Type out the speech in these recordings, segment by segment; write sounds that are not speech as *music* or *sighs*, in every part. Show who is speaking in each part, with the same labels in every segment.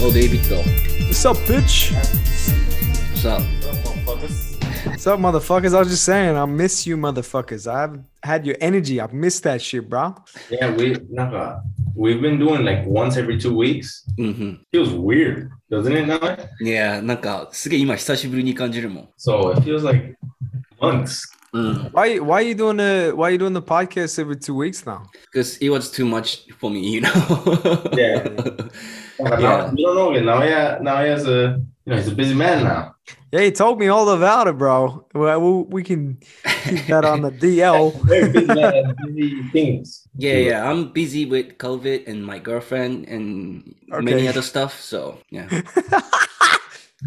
Speaker 1: Oh, David, though.
Speaker 2: What's up, bitch?
Speaker 1: What's up?
Speaker 2: What's up, motherfuckers? I was just saying, I miss you, motherfuckers. I've had your energy. I've missed that shit, bro.
Speaker 3: Yeah, we Naka, we've been doing like once every two weeks.
Speaker 1: うんうん。
Speaker 3: Feels weird, doesn't it, Naka?
Speaker 1: いやー、なんか、すげえ今久しぶりに感じるもん。
Speaker 3: So it feels like months.
Speaker 1: うん。
Speaker 2: Why? Why you doing the? Why you doing the podcast every two weeks now?
Speaker 1: Because it was too much for me, you know?
Speaker 3: Yeah. Naka, now-
Speaker 1: Yeah.
Speaker 3: You don't know it. Now yeah, now he has a you know he's a busy man now.
Speaker 2: Yeah, you told me all about it, bro. Well, we, we can keep that on the DL.
Speaker 3: Very busy man, *laughs* busy things.
Speaker 1: *laughs* yeah, yeah. I'm busy with COVID and my girlfriend and many
Speaker 2: Okay.
Speaker 1: other stuff. So, yeah.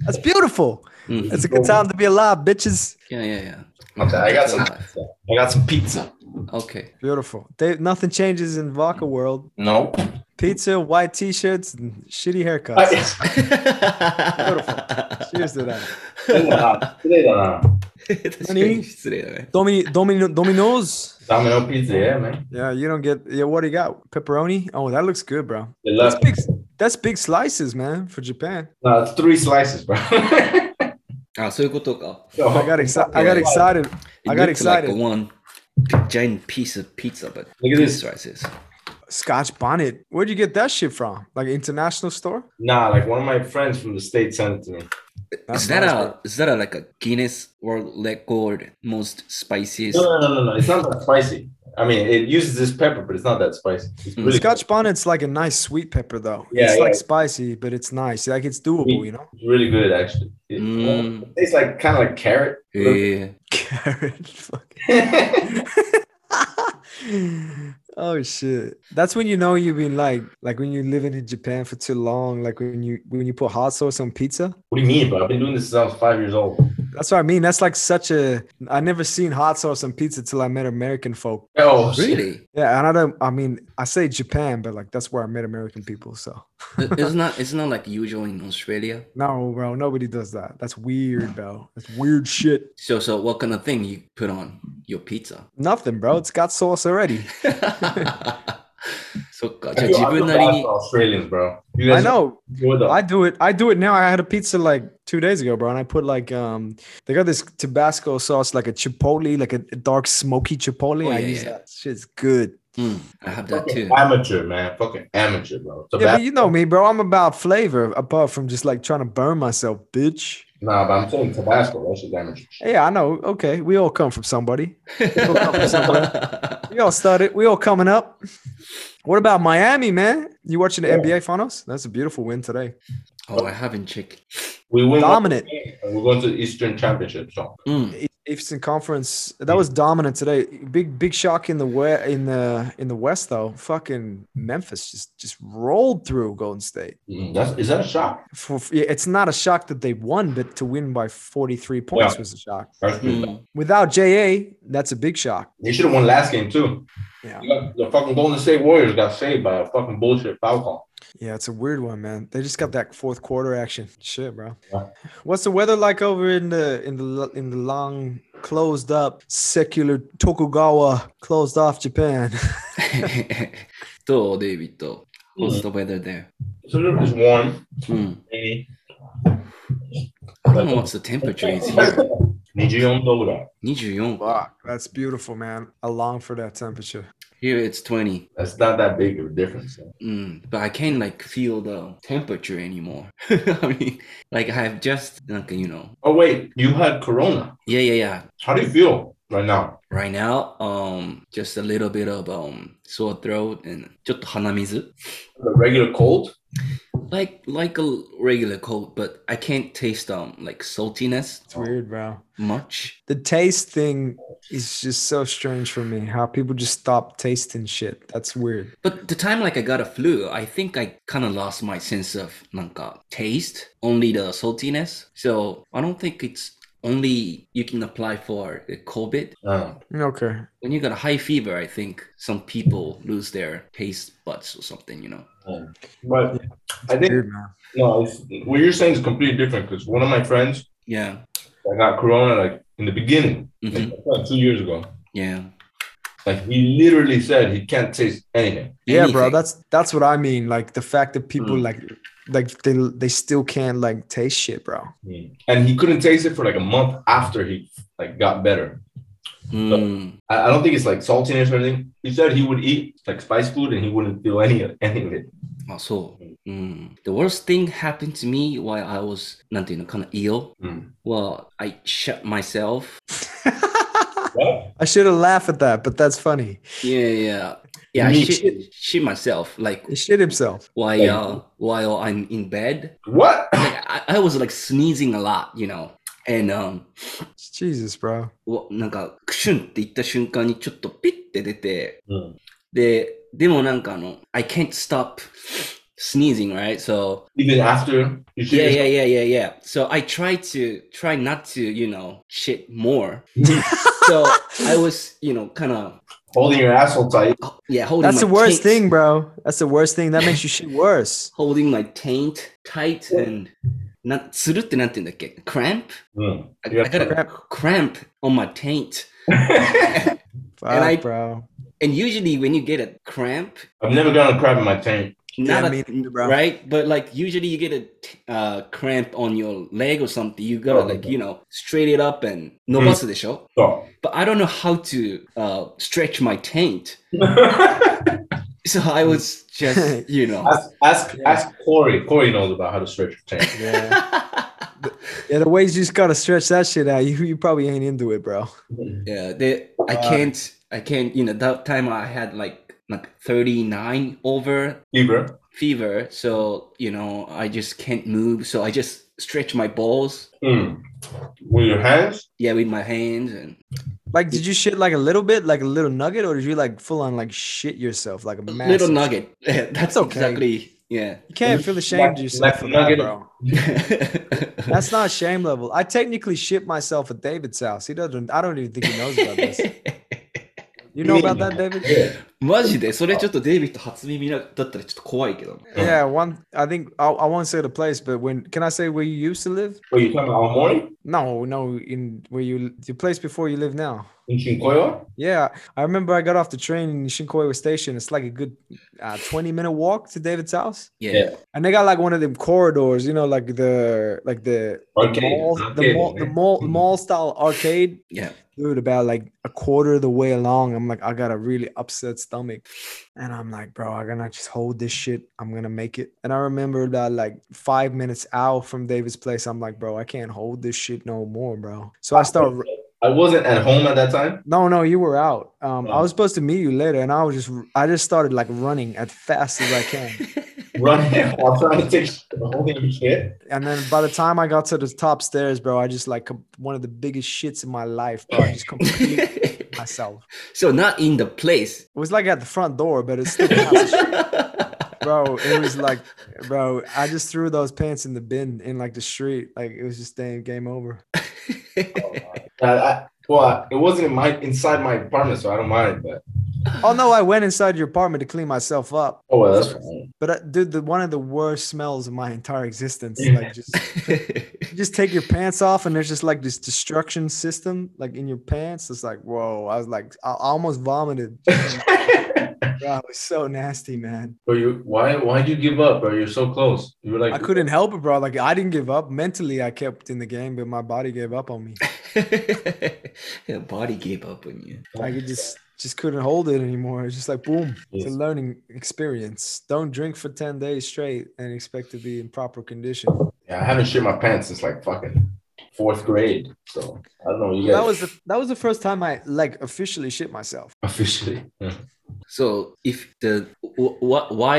Speaker 2: That's beautiful.
Speaker 1: Mhm.
Speaker 2: That's a good time to be alive, bitches.
Speaker 1: Yeah, yeah, yeah.
Speaker 3: Okay, I got some
Speaker 1: That's
Speaker 3: pizza. I got
Speaker 1: *laughs*
Speaker 3: some pizza.
Speaker 1: Okay.
Speaker 2: Beautiful. They, nothing changes in Vodka world.
Speaker 3: No.
Speaker 2: Pizza, white t-shirts, and shitty
Speaker 3: I,
Speaker 2: haircuts.
Speaker 1: *laughs*
Speaker 2: Cheers to that.
Speaker 3: 失礼だな。
Speaker 1: 確かに失礼だね。
Speaker 2: Domini, domino, Domino's.
Speaker 3: Domino pizza, yeah, man.
Speaker 2: Yeah, you don't get. Yeah, what do you got? Pepperoni. Oh, that looks good, bro.
Speaker 3: They
Speaker 2: That's
Speaker 3: love
Speaker 2: big. That's big slices, man, for Japan.
Speaker 3: no, it's three slices, bro. *laughs*
Speaker 1: Oh あ、Ah, そういうことか。
Speaker 3: Yo,
Speaker 2: I got excited. I got excited.
Speaker 1: It
Speaker 2: I got
Speaker 1: looks like
Speaker 2: excited.
Speaker 1: one giant piece of pizza, but
Speaker 3: Look at this.
Speaker 1: cheese slices.
Speaker 2: Scotch bonnet. Where'd you get that shit from? Like international store?
Speaker 3: Nah, like one of my friends from the States sent it to me.
Speaker 2: That's
Speaker 1: is that
Speaker 2: nice,
Speaker 1: a is that a, like a Guinness World Record most spiciest?
Speaker 3: No, no, no, no, no. It's not that spicy. I mean, it uses this pepper, but it's not that spicy. It's
Speaker 1: Mm.
Speaker 2: bro.
Speaker 3: really
Speaker 2: Scotch bonnet's like a nice sweet pepper, though.
Speaker 3: Yeah,
Speaker 2: it's
Speaker 3: yeah.
Speaker 2: like spicy, but it's nice. Like it's doable, you know. *laughs*
Speaker 3: It's really good, actually. It, uh,
Speaker 1: Mm.
Speaker 3: it tastes like kind of like carrot.
Speaker 1: *laughs* Yeah.
Speaker 2: Carrot. Fuck. *laughs*
Speaker 3: yeah,
Speaker 2: oh shit that's when you know you've been like like when you're living in japan for too long like when you when you put hot sauce on pizza
Speaker 3: What do you mean, bro? I've been doing this since I was five years
Speaker 1: Oh,
Speaker 3: old.
Speaker 2: that's what i mean that's like such a i never seen hot sauce on pizza till i met american folk
Speaker 3: Oh, shit.
Speaker 1: Really?
Speaker 2: yeah and i don't i mean i say japan but like that's where i met american people so
Speaker 1: It- it's not it's not like usual in Australia.
Speaker 2: no bro nobody does that that's weird bro that's weird shit
Speaker 1: So so what kind of thing you put on your pizza? *laughs*
Speaker 2: nothing bro it's got sauce already
Speaker 1: そっか。じゃあ
Speaker 3: I
Speaker 1: 自
Speaker 3: feel, I
Speaker 1: 分
Speaker 3: feel
Speaker 1: なり
Speaker 3: bad
Speaker 1: に
Speaker 3: for Australians, bro. You
Speaker 2: i
Speaker 3: guys
Speaker 2: know
Speaker 3: You're the,
Speaker 2: I do it. I do it now. I had a pizza like two days ago, bro, and I put like um, they got this Tabasco sauce, like a chipotle, like a dark smoky chipotle.
Speaker 1: Oh,
Speaker 2: I
Speaker 1: yeah,
Speaker 2: use
Speaker 1: yeah.
Speaker 2: that. Shit's good.
Speaker 1: うん。I Mm, have that
Speaker 3: fucking
Speaker 1: too.
Speaker 3: amateur, man. Fucking amateur, bro. So
Speaker 2: Yeah,
Speaker 3: bad.
Speaker 2: but you know me, bro. I'm about flavor, apart from just like trying to burn myself, bitch.
Speaker 3: Nah, but I'm saying Tabasco. That's just amateur. shit.
Speaker 2: Yeah, I know. Okay, we all come from somebody. We all started. We all coming up. What about Miami, man? You watching the
Speaker 3: Yeah.
Speaker 2: NBA finals? That's a beautiful win today.
Speaker 1: *laughs* oh, I haven't checked.
Speaker 3: We win one
Speaker 2: Dominant.
Speaker 3: game, and We're going to the Eastern Championship. So
Speaker 1: うん。
Speaker 2: Eastern Conference. That was dominant today. Big big shock in the west in the in the West though. Fucking Memphis just just rolled through Golden State.
Speaker 3: mm, that's is that a shock?
Speaker 2: For, for- it's not a shock that they won, but to win by 43 points
Speaker 3: Yeah.
Speaker 2: was a shock.
Speaker 3: That's
Speaker 1: う
Speaker 3: pretty
Speaker 1: *laughs*
Speaker 3: bad.
Speaker 1: ん。
Speaker 2: Without JA, that's a big shock.
Speaker 3: They should have won last game too.
Speaker 2: Yeah.
Speaker 3: You got- The fucking Golden State Warriors got saved by a fucking bullshit foul call.
Speaker 2: Yeah, it's a weird one, man. They just got that fourth quarter action. Shit, bro.
Speaker 3: Yeah.
Speaker 2: What's the weather like over in the in the in the long closed up secular Tokugawa closed off Japan? *laughs*
Speaker 1: どうデイビッド。ホストベルで。
Speaker 3: It's a little bit warm.
Speaker 1: うん。
Speaker 3: Maybe.
Speaker 1: I don't know what's the temperature is here.
Speaker 3: 24度ぐらい。
Speaker 1: 24.
Speaker 2: Fuck, that's beautiful, man. I long for that temperature.
Speaker 1: Here it's 20.
Speaker 3: That's not that big of a difference.
Speaker 1: Mm, but I can't like feel the temperature anymore. *laughs* I mean, like I've just like you know,
Speaker 3: Oh wait, you had Corona.
Speaker 1: yeah, yeah, yeah.
Speaker 3: How do you feel right now?
Speaker 1: Right now, um, just a little bit of um sore throat and ちょっと鼻水
Speaker 3: The regular cold?
Speaker 1: like like a regular cold, but I can't taste um like saltiness
Speaker 3: Oh.
Speaker 2: It's weird, bro.
Speaker 1: much.
Speaker 2: The taste thing is just so strange for me. How people just stop tasting shit. That's weird.
Speaker 1: But the time like I got a flu, I think I kind of lost my sense of なんか taste, only the saltiness. So I don't think it's only you can apply for the COVID.
Speaker 3: Uh,
Speaker 2: Okay.
Speaker 1: when you got a high fever, I think some people lose their taste buds or something, you know.
Speaker 3: but I think
Speaker 2: Weird, man.
Speaker 3: no, it's, what you're saying is completely different because one of my friends
Speaker 1: Yeah.
Speaker 3: that got Corona like in the beginning,
Speaker 1: hmm
Speaker 3: like, two years ago,
Speaker 1: Yeah.
Speaker 3: Like he literally said he can't taste anything.
Speaker 2: Yeah, bro.
Speaker 1: Anything.
Speaker 2: That's that's what I mean. Like the fact that people
Speaker 3: Mm.
Speaker 2: like like they they still can't like taste shit, bro.
Speaker 3: And he couldn't taste it for like a month after he like got better.
Speaker 1: Mm.
Speaker 3: I, I don't think it's like saltiness or anything. He said he would eat like spice food and he wouldn't feel any *laughs* of any of it.
Speaker 1: Ah, so, mm. The worst thing happened to me while I was, なんていうのかな、ill.
Speaker 3: Mm.
Speaker 1: Well, I shut myself.
Speaker 3: What?
Speaker 2: I should have laughed at that, but that's funny.
Speaker 1: Yeah, yeah. Yeah, I
Speaker 3: Me
Speaker 1: shit, shit myself. Like,
Speaker 2: He shit himself.
Speaker 1: while,
Speaker 3: Thank
Speaker 1: uh, while I'm in bed.
Speaker 3: What?
Speaker 1: Like, I, I was like sneezing a lot, you know. And, um,
Speaker 2: Jesus, bro.
Speaker 1: わなんか、クシュンって言った瞬間にちょっとピッて出て、
Speaker 3: Mm.
Speaker 1: で、でもなんかあの、I can't stop sneezing, right? So,
Speaker 3: Even after you should
Speaker 1: yeah, yeah, yeah, yeah, yeah. So I try to, try not to, you know, shit
Speaker 2: *laughs*
Speaker 1: more. so I was, you know, kind of,
Speaker 3: holding your asshole tight.
Speaker 1: yeah, holding
Speaker 2: That's
Speaker 1: my
Speaker 2: the worst
Speaker 1: taint-
Speaker 2: thing, bro. That's the worst thing. That makes you
Speaker 1: *laughs*
Speaker 2: shit worse.
Speaker 1: Holding my taint tight and, なつるってなんて言うんだっけ ?cramp?
Speaker 3: Mm.
Speaker 1: I,
Speaker 3: Yeah.
Speaker 1: I got a cramp on my taint.
Speaker 2: Fuck,
Speaker 1: I-
Speaker 2: bro.
Speaker 1: And usually when you get a cramp,
Speaker 3: *laughs* I've never gotten a crab in my tank.
Speaker 2: Yeah,
Speaker 1: not
Speaker 2: me neither,
Speaker 1: a,
Speaker 2: bro.
Speaker 1: right but like usually you get a t- uh, cramp on your leg or something you gotta
Speaker 3: Oh,
Speaker 1: like
Speaker 3: okay.
Speaker 1: you know straight it up and no mm.
Speaker 3: So *laughs*
Speaker 1: but i don't know how to uh, stretch my taint *laughs* so i was just you know
Speaker 3: ask ask,
Speaker 2: Yeah.
Speaker 3: ask Corey. Corey knows about how to stretch your tank.
Speaker 2: Yeah. yeah, the ways you just gotta stretch that shit out. You you probably ain't into it, bro.
Speaker 1: *laughs* yeah they, i
Speaker 2: Uh,
Speaker 1: can't i can't you know that time i had like like 39 over
Speaker 3: Fever.
Speaker 1: fever so you know i just can't move so i just stretch my balls
Speaker 3: Mm. With your hands?
Speaker 1: yeah with my hands and
Speaker 2: Like, did you shit like a little bit, like a little nugget, or did you like full on like shit yourself, like a massive
Speaker 1: little nugget. *laughs* That's
Speaker 2: It's okay.
Speaker 1: exactly yeah.
Speaker 2: You can't feel ashamed
Speaker 3: Like-
Speaker 2: of yourself
Speaker 3: like
Speaker 2: for that,
Speaker 3: nugget.
Speaker 2: bro.
Speaker 1: That's
Speaker 2: That's not shame level. I technically shit myself at David's house. He doesn't. I don't even think he knows about this. You know about that, David?
Speaker 3: Yeah.
Speaker 1: *laughs* マジでそれちょっとデイビッド初耳なだったらちょっと怖いけど。
Speaker 2: Yeah, one. I think I, I won't say the place, but when can I say where you used to live?
Speaker 3: Wait, you talking about all morning?
Speaker 2: No, no, in where you the place before you live now.
Speaker 3: In Chincoyo?
Speaker 2: Yeah, I remember I got off the train in Shinkoiwa Station. It's like a good uh, twenty minute walk to David's house,
Speaker 1: *laughs* Yeah.
Speaker 2: and they got like one of them corridors, you know, like the like the
Speaker 3: Arcade.
Speaker 2: mall, the
Speaker 3: arcade,
Speaker 2: mall, the
Speaker 3: man. Hmm.
Speaker 2: mall, mall style arcade.
Speaker 1: Yeah.
Speaker 2: dude about like a quarter of the way along i'm like i got a really upset stomach and i'm like bro i'm gonna just hold this shit i'm gonna make it and i remember that like five minutes out from david's place i'm like bro i can't hold this shit no more bro so i start
Speaker 3: I wasn't at home at that time.
Speaker 2: no no you were out um i
Speaker 3: Oh.
Speaker 2: was supposed to meet you later and i was just i just started like running as fast as i can
Speaker 3: Running *laughs* while trying to take holding your shit.
Speaker 2: and then by the time i got to the top stairs bro i just like com- one of the biggest shits in my life bro i just completely *laughs* myself
Speaker 1: so not in the place.
Speaker 2: *laughs* it was like at the front door but it's still counts as shit. bro it was like bro i just threw those pants in the bin in like the street like it was just damn game over
Speaker 3: I, Uh, I, well, it wasn't in my inside my apartment, so I don't mind. But
Speaker 2: oh no i went inside your apartment to clean myself up
Speaker 3: oh well, that's
Speaker 2: *laughs*
Speaker 3: fine.
Speaker 2: but I, dude the one of the worst smells of my entire existence
Speaker 3: Yeah.
Speaker 2: like just you just take your pants off and there's just like this destruction system like in your pants it's like whoa i was like i I almost vomited bro, it was so nasty man
Speaker 3: Bro, you why why would you give up, bro? You're so close. You were like
Speaker 2: i couldn't help it bro like i didn't give up mentally i kept in the game but my body gave up on me
Speaker 1: yeah, body gave up on you.
Speaker 2: Like it just just couldn't hold it anymore. It's just like boom. It's a
Speaker 3: Yes.
Speaker 2: learning experience. Don't drink for 10 days straight and expect to be in proper condition.
Speaker 3: Yeah, I haven't shit my pants since like fucking fourth grade. So I don't know. You guys
Speaker 2: That was the that was the first time I like officially shit myself.
Speaker 3: *laughs* officially. Yeah.
Speaker 1: So if the wh- what why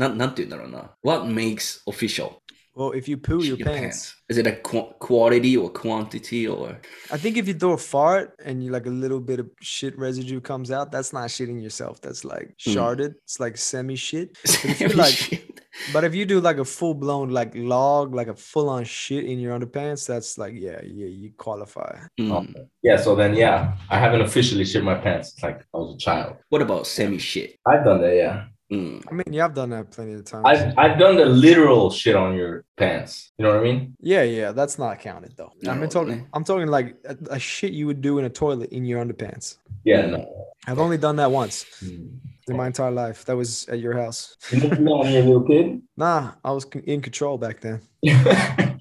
Speaker 1: ななんて言うんだろうな What makes official?
Speaker 2: Well, if you poo your,
Speaker 1: shit
Speaker 2: pants,
Speaker 1: Is it a qu- quality or quantity or
Speaker 2: I think if you throw a fart and you like a little bit of shit residue comes out, that's not shitting yourself. That's like
Speaker 1: Mm.
Speaker 2: sharded. It's like semi shit. if you like- But if you do like a full blown like log, like a full on shit in your underpants, that's like yeah, yeah, you qualify.
Speaker 1: *laughs* Mm.
Speaker 3: yeah. So then, yeah, I haven't officially shit my pants since like I was a child.
Speaker 1: What about semi shit?
Speaker 3: I've done that. Yeah,
Speaker 1: Mm.
Speaker 2: I mean, yeah, I've done that plenty of times.
Speaker 3: I've I've done the literal shit on your pants. You know what I mean?
Speaker 2: Yeah, yeah, that's not counted though.
Speaker 1: No,
Speaker 2: I'm
Speaker 1: no.
Speaker 2: talking, I'm talking like a, a shit you would do in a toilet in your underpants.
Speaker 3: Yeah, no.
Speaker 2: I've only done that once
Speaker 1: Mm.
Speaker 2: in my entire life. That was at your house.
Speaker 3: You look young when you're a little kid.
Speaker 2: Nah, I was c- in control back then. *laughs*
Speaker 3: *laughs*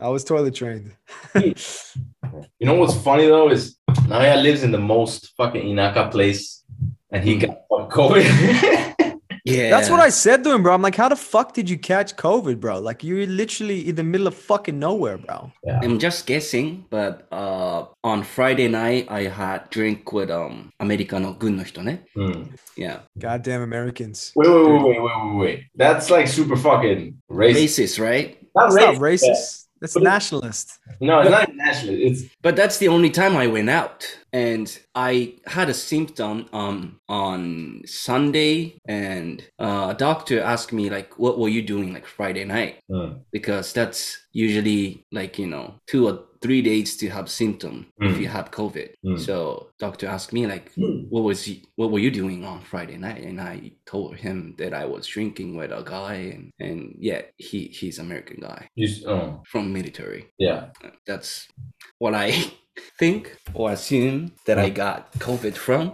Speaker 2: I was toilet trained.
Speaker 3: you know what's funny though is Naya lives in the most fucking Inaka place, and he got fucking COVID. *laughs*
Speaker 1: Yeah.
Speaker 2: That's what I said to him, bro. I'm like, how the fuck did you catch COVID, bro? Like, you're literally in the middle of fucking nowhere, bro.
Speaker 1: I'm just guessing, but uh, on Friday night I had drink with um アメリカの軍の人ね。
Speaker 3: Hmm.
Speaker 1: Yeah.
Speaker 2: Goddamn Americans.
Speaker 3: Wait, wait, wait, wait, wait, wait, wait. That's like super fucking racist.
Speaker 1: Racist, right?
Speaker 3: Not
Speaker 2: That's not
Speaker 3: racist.
Speaker 2: racist. That's
Speaker 3: But-
Speaker 2: nationalist.
Speaker 3: No, it's not national. It's
Speaker 1: But that's the only time I went out, and I had a symptom um on Sunday, and uh, a doctor asked me like, "What were you doing like Friday night?"
Speaker 3: Hmm.
Speaker 1: Because that's usually like you know two or three days to have symptom if
Speaker 3: Mm.
Speaker 1: you have COVID.
Speaker 3: Mm.
Speaker 1: So doctor asked me like, "What was you, what were you doing on Friday night?" And I told him that I was drinking with a guy, and and yeah, he he's American guy
Speaker 3: you. s- Oh,
Speaker 1: from military
Speaker 3: yeah.
Speaker 1: that's what I *laughs* think or assume that I got COVID from.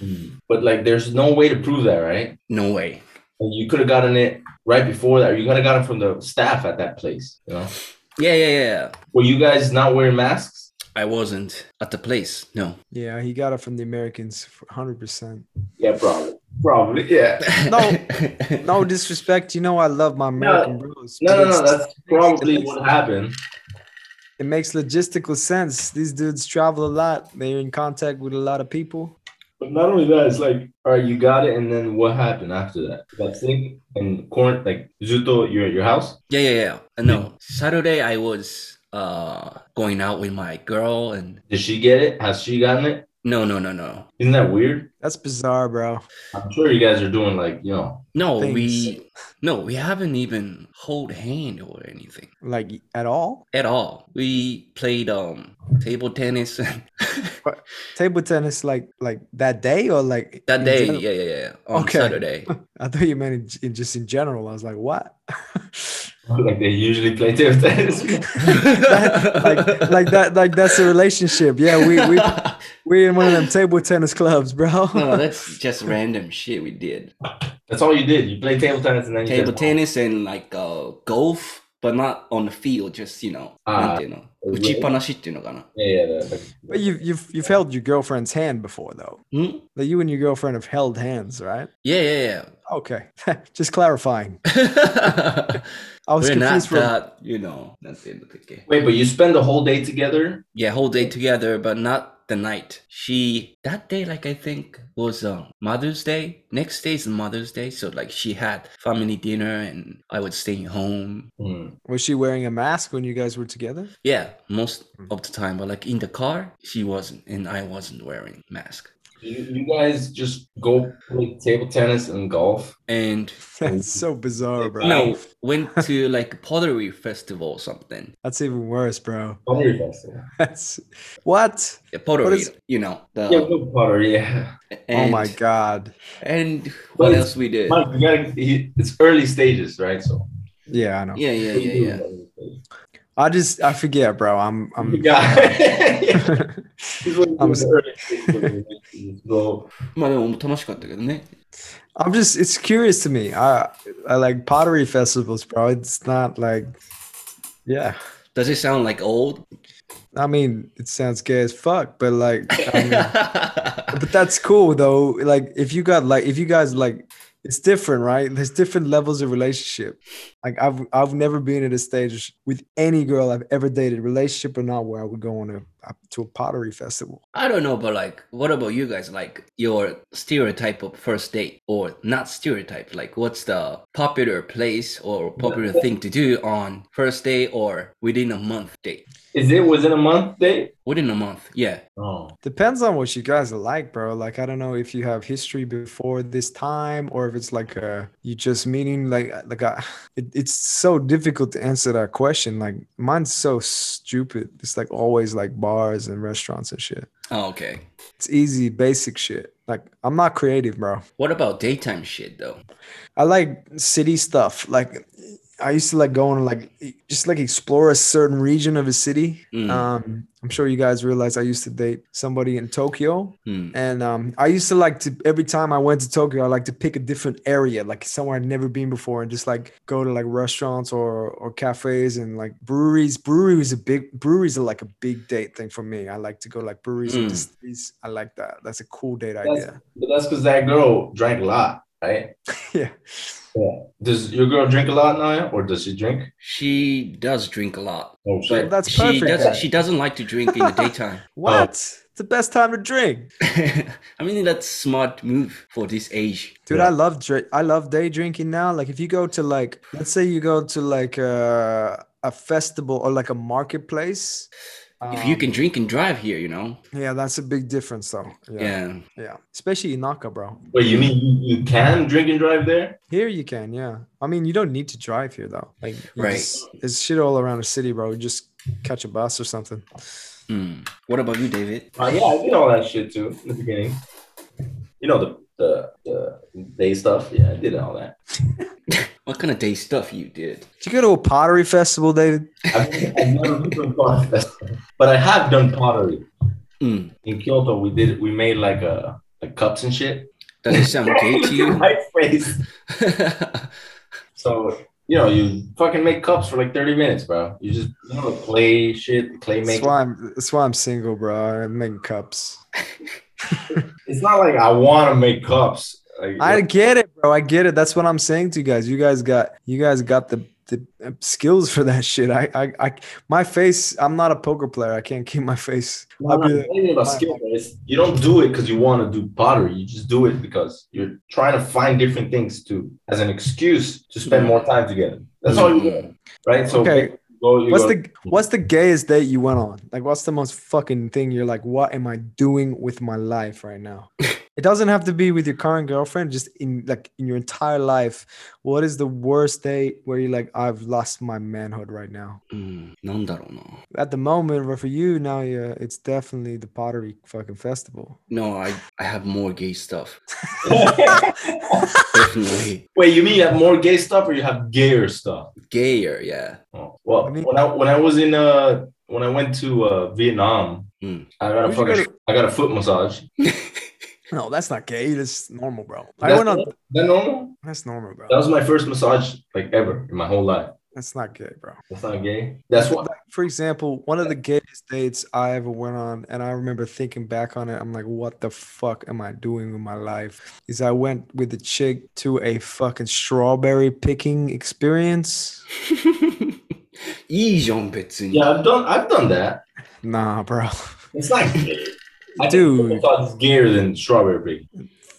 Speaker 3: Hmm. But like, there's no way to prove that, right?
Speaker 1: No way.
Speaker 3: And you could have gotten it right before that. or You could have gotten it from the staff at that place. You know?
Speaker 1: Yeah, yeah, yeah.
Speaker 3: Were you guys not wearing masks?
Speaker 1: I wasn't at the place. No.
Speaker 2: Yeah, he got it from the Americans, for 100%.
Speaker 3: Yeah, probably. Probably. Yeah.
Speaker 2: No. *laughs* No disrespect. You know, I love my American bros.
Speaker 3: No,
Speaker 2: but
Speaker 3: no, no.
Speaker 2: it's-
Speaker 3: That's probably what happened.
Speaker 2: it makes logistical sense. These dudes travel a lot. They're in contact with a lot of people.
Speaker 3: But not only that, it's like, all right, you got it, and then what happened after that? You Got sick and quarant like Zuto, you're at your house.
Speaker 1: *laughs* yeah, yeah, yeah. Uh, No. Saturday I was uh going out with my girl and
Speaker 3: Did she get it? Has she gotten it?
Speaker 1: no, no, no, no.
Speaker 3: Isn't that weird?
Speaker 2: That's bizarre, bro.
Speaker 3: I'm sure you guys are doing like, you know, *laughs*
Speaker 1: No,
Speaker 2: Things.
Speaker 1: we no, we haven't even hold hand or anything
Speaker 2: Like at all?
Speaker 1: at all. We played um table tennis *laughs*
Speaker 2: Table tennis, like like that day or like
Speaker 1: that
Speaker 2: in
Speaker 1: day.
Speaker 2: general?
Speaker 1: Yeah, yeah, yeah. On
Speaker 2: Okay.
Speaker 1: Saturday.
Speaker 2: I thought you meant in, g- in just in general. I was like, what?
Speaker 3: like they usually play table *laughs* tennis. *laughs*
Speaker 2: like like *laughs* that like that's a relationship. Yeah, we
Speaker 1: *laughs*
Speaker 2: we we in one of them table tennis clubs, bro.
Speaker 3: *laughs*
Speaker 1: no, that's just random shit we did.
Speaker 2: Oh,
Speaker 3: That's all you did. You played table tennis and then you
Speaker 1: Table
Speaker 3: said,
Speaker 1: tennis and like uh, golf, but not on the field, just you know,
Speaker 3: Ah,
Speaker 1: なんていうの打ちっぱなしっていうのかな。
Speaker 3: Yeah, yeah. That, that-
Speaker 2: but you've you've you've held your girlfriend's hand before though.
Speaker 1: Hmm?
Speaker 2: Like you and your girlfriend have held hands, right?
Speaker 1: Yeah, yeah,
Speaker 2: Okay. *laughs* just clarifying.
Speaker 1: yeah.
Speaker 2: I was
Speaker 1: We're not uh,
Speaker 2: confused for
Speaker 1: that, you know, なんていうのだっけ
Speaker 3: Wait, but you spend the whole day together?
Speaker 1: Yeah, whole day together, but not the night. She that day, like I think, was uh, Mother's Day. Next day is Mother's Day, so like she had family dinner, and I was staying home.
Speaker 3: Hmm.
Speaker 2: Was she wearing a mask when you guys were together? *laughs*
Speaker 1: Yeah, most
Speaker 3: Hmm.
Speaker 2: Mm.
Speaker 1: of the time, but like in the car, she wasn't, and I wasn't wearing mask.
Speaker 3: You, you guys just go play table tennis and golf.
Speaker 1: And
Speaker 2: That's so bizarre, bro.
Speaker 1: no, went to like pottery festival or something.
Speaker 2: That's even worse, bro. *laughs*
Speaker 3: Pottery festival.
Speaker 2: That's what?
Speaker 1: Yeah, pottery,
Speaker 2: is-
Speaker 1: you know. The, um,
Speaker 3: Yeah, good pottery. Yeah.
Speaker 2: oh
Speaker 1: and-
Speaker 2: my god.
Speaker 1: And
Speaker 3: What
Speaker 1: what
Speaker 3: is-
Speaker 1: else we did?
Speaker 3: Mike, you gotta, he, it's early stages, right? So
Speaker 2: Yeah, I know.
Speaker 1: Yeah, yeah, yeah,
Speaker 3: *laughs*
Speaker 1: yeah.
Speaker 2: I just I forget, bro. I'm
Speaker 3: You
Speaker 2: I'm
Speaker 3: got *laughs* He's like,
Speaker 2: I'm
Speaker 3: "You're
Speaker 2: s-
Speaker 3: early stages." So,
Speaker 1: まあでも楽しかったけどね。
Speaker 2: *laughs* I'm just it's curious to me. I I like pottery festivals, bro. It's not like yeah.
Speaker 1: Does it sound like old?
Speaker 2: I mean, it sounds gay as fuck, but like I mean,
Speaker 1: *laughs*
Speaker 2: but that's cool though. Like if you got like if you guys like it's different, right? There's different levels of relationship. Like I've I've never been at a stage with any girl I've ever dated, relationship or not, where I would go on a to a pottery festival.
Speaker 1: I don't know, but like, what about you guys? Like, your stereotype of first date, or not stereotype? Like, what's the popular place or popular thing to do on first day or within a month date?
Speaker 3: is it within a month date?
Speaker 1: Within a month, yeah.
Speaker 3: Oh,
Speaker 2: Depends on what you guys are like, bro. Like I don't know if you have history before this time or if it's like uh you just meeting like like I, it, it's so difficult to answer that question. Like mine's so stupid. It's like always like bars and restaurants and shit.
Speaker 1: Oh, okay.
Speaker 2: It's easy, basic shit. Like I'm not creative, bro.
Speaker 1: What about daytime shit though?
Speaker 2: I like city stuff. Like I used to like go and like e- just like explore a certain region of a city.
Speaker 1: Mm.
Speaker 2: Um, I'm sure you guys realize I used to date somebody in Tokyo,
Speaker 1: Mm.
Speaker 2: and um, I used to like to every time I went to Tokyo, I like to pick a different area, like somewhere I'd never been before, and just like go to like restaurants or or cafes and like breweries. Brewery was a big breweries are like a big date thing for me. I like to go like breweries
Speaker 1: Mm.
Speaker 2: and distilleries. I like that. That's a cool date
Speaker 3: That's-
Speaker 2: idea.
Speaker 3: But that's because that girl drank a lot, right?
Speaker 2: *laughs* yeah.
Speaker 3: Does your girl drink a lot now, or does she drink?
Speaker 1: She does drink a lot.
Speaker 3: Oh
Speaker 1: But
Speaker 3: shit!
Speaker 2: That's
Speaker 1: she
Speaker 2: perfect
Speaker 1: doesn't
Speaker 2: then.
Speaker 1: she doesn't like to drink in the daytime. *laughs*
Speaker 2: What? It's the best time to drink.
Speaker 1: I mean that's smart move for this age.
Speaker 2: Dude,
Speaker 3: Yeah.
Speaker 2: I love dr- I love day drinking now. Like if you go to like let's say you go to like a a festival or like a marketplace.
Speaker 1: if you
Speaker 2: um,
Speaker 1: can drink and drive here, you know.
Speaker 2: Yeah, that's a big difference though.
Speaker 1: Yeah.
Speaker 2: Yeah. Yeah. Especially in Naka, bro.
Speaker 3: Wait, you mean you, you can drink and drive there?
Speaker 2: Here you can, yeah. I mean, you don't need to drive here though. Like you
Speaker 1: Right.
Speaker 2: just- there's shit all around the city, bro. You just catch a bus or something.
Speaker 1: Mm. What about you, David?
Speaker 3: Uh, yeah, I did all that shit too in the beginning. You know the the, the day stuff. Yeah, I did all that.
Speaker 1: What kind of day stuff you did?
Speaker 2: Did you go to a pottery festival, David?
Speaker 3: I've, I've never been to a pottery festival, but I have done pottery
Speaker 2: Hmm.
Speaker 1: Mm.
Speaker 3: in Kyoto. We did we made like a like cups and shit.
Speaker 1: Does it sound gay to you?
Speaker 3: *laughs* My face. So you know you fucking make cups for like thirty minutes, bro. You just you know the clay shit, the clay
Speaker 2: That's
Speaker 3: making.
Speaker 2: why I'm that's why I'm single, bro. I'm making cups.
Speaker 3: It's not like I want to make cups. Like,
Speaker 2: I get it, bro. I get it. That's what I'm saying to you guys. You guys got you guys got the the uh, skills for that *laughs* shit. I I, I my face. I'm not a poker player. I can't keep my face.
Speaker 3: No,
Speaker 2: I'll
Speaker 3: no,
Speaker 2: be
Speaker 3: I'm
Speaker 2: like,
Speaker 3: thinking about
Speaker 2: Fine.
Speaker 3: skill, but it's- You don't do it because you want to do pottery. You just do it because you're trying to find different things to as an excuse to spend more time together. That's all
Speaker 1: Mm,
Speaker 3: you do, right? So
Speaker 2: Hmm. Okay.
Speaker 3: go- you
Speaker 2: What's
Speaker 3: go-
Speaker 2: the what's the gayest date you went on? Like, what's the most fucking thing you're like? What am I doing with my life right now?
Speaker 3: *laughs*
Speaker 2: it doesn't have to be with your current girlfriend. Just in like in your entire life, what is the worst date where you're like, I've lost my manhood right now?
Speaker 1: mm. なんだろうな。
Speaker 2: At the moment, but for you now, yeah, it's definitely the pottery fucking festival.
Speaker 1: No, I, I have more gay stuff.
Speaker 3: *laughs*
Speaker 1: Definitely.
Speaker 3: Wait, you mean you have more gay stuff or you have gayer stuff?
Speaker 1: Gayer, yeah. *laughs*
Speaker 3: Oh, Well,
Speaker 2: I mean-
Speaker 3: when I when I was in uh when I went to uh Vietnam,
Speaker 1: Mm.
Speaker 3: I got a
Speaker 2: Where'd you go
Speaker 3: fucking I got a foot massage.
Speaker 2: No, that's not gay. That's normal, bro. I
Speaker 3: That's
Speaker 2: went on.
Speaker 3: normal? That normal?
Speaker 2: That's normal, bro.
Speaker 3: That was my first massage like ever in my whole life.
Speaker 2: That's not gay, bro.
Speaker 3: That's not gay. That's what.
Speaker 2: Like, for example, one of the gayest dates I ever went on, and I remember thinking back on it, I'm like, what the fuck am I doing with my life? Is I went with a chick to a fucking strawberry picking experience.
Speaker 1: いいじゃん、別に。
Speaker 3: Yeah, I've done I've done that.
Speaker 2: Nah, bro. *laughs*
Speaker 3: It's not gay. I think
Speaker 2: Dude.
Speaker 3: Thought it's gayer than strawberry pig.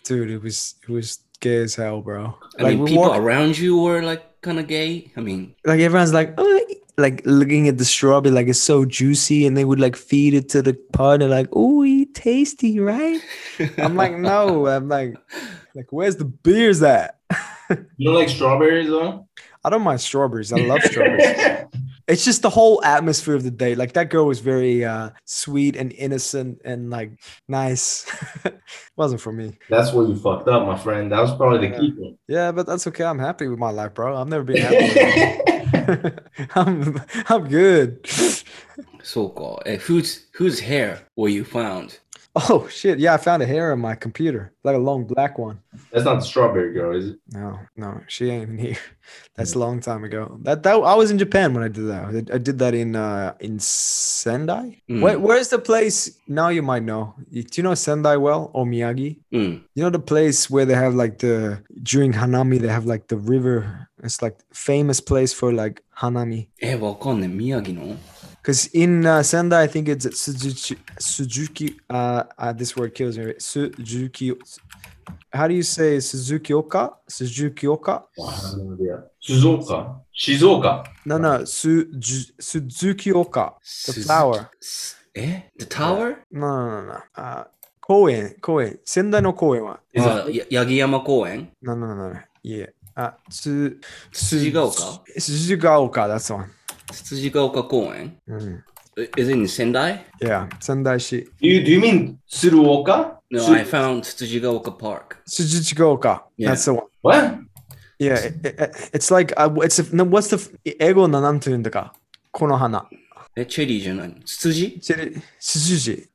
Speaker 2: Dude, it was it was gay as hell, bro.
Speaker 1: I mean,
Speaker 2: we
Speaker 1: people
Speaker 2: walked-
Speaker 1: around you were like kind of gay. I mean,
Speaker 2: like everyone's like oh, like looking at the strawberry like it's so juicy and they would like feed it to the partner like oh tasty right *laughs* i'm
Speaker 1: *laughs*
Speaker 2: like no i'm like like where's the beers at
Speaker 3: You don't like strawberries though?
Speaker 2: i don't mind strawberries i love
Speaker 3: *laughs*
Speaker 2: strawberries it's just the whole atmosphere of the day like that girl was very uh sweet and innocent and like nice *laughs* wasn't for me
Speaker 3: That's where you fucked up, my friend. That was probably the key point.
Speaker 2: yeah but that's okay i'm happy with my life bro i've never been happy *laughs* I'm, I'm good *laughs*
Speaker 1: so called. Eh, whose whose hair were you found?
Speaker 2: oh shit yeah i found a hair on my computer like a long black one
Speaker 3: *laughs* That's not the strawberry girl, is it?
Speaker 2: No, no, she ain't even here. *laughs* That's a long time ago. That that I was in Japan when I did that. I did- I did that in uh in Sendai.
Speaker 1: Mm.
Speaker 2: Where, where's the place? Now you might know. You- Do you know Sendai well or Miyagi?
Speaker 1: Mm.
Speaker 2: You know the place where they have like the during Hanami they have like the river. It's like famous place for like Hanami.
Speaker 1: え、わかんない。宮城の
Speaker 2: Because in uh, Sendai I think it's at Suzuki. Suzuki. Uh, uh, this word kills me. Suzuki. How do you say Suzukioka? Suzukioka.
Speaker 3: Wow, I have no idea. Suzuka. Shizuoka.
Speaker 2: No, no, Su, Ju- Suzuki-oka, the flower.
Speaker 1: すえ eh? ?The Tower?
Speaker 2: No, no, no, no. Uh, 公園,公園, Sendai no 公園は.
Speaker 3: Is
Speaker 1: あ
Speaker 3: it-
Speaker 1: や八木山公園
Speaker 2: No, no, no, no. Yeah. Uh, Su, Su,
Speaker 1: 辻ヶ丘
Speaker 2: Suzugaoka, that's the one.
Speaker 1: 辻ヶ丘公園
Speaker 2: Mm.
Speaker 1: Is it in Sendai?
Speaker 2: Yeah, Sendai shi.
Speaker 3: Do you, do you mean Tsuruoka?
Speaker 1: No,
Speaker 3: Tsu-
Speaker 1: I found 辻ヶ丘 Park.
Speaker 2: Suzuki-oka,
Speaker 1: Yeah.
Speaker 2: that's the one.
Speaker 3: What? *laughs*
Speaker 2: Yeah, it- it- it's like uh, it's a, no, what's the f- 英語のなんて言うんだかこの花。
Speaker 1: え、チェリーじゃないツツジ
Speaker 2: チェリツツジ。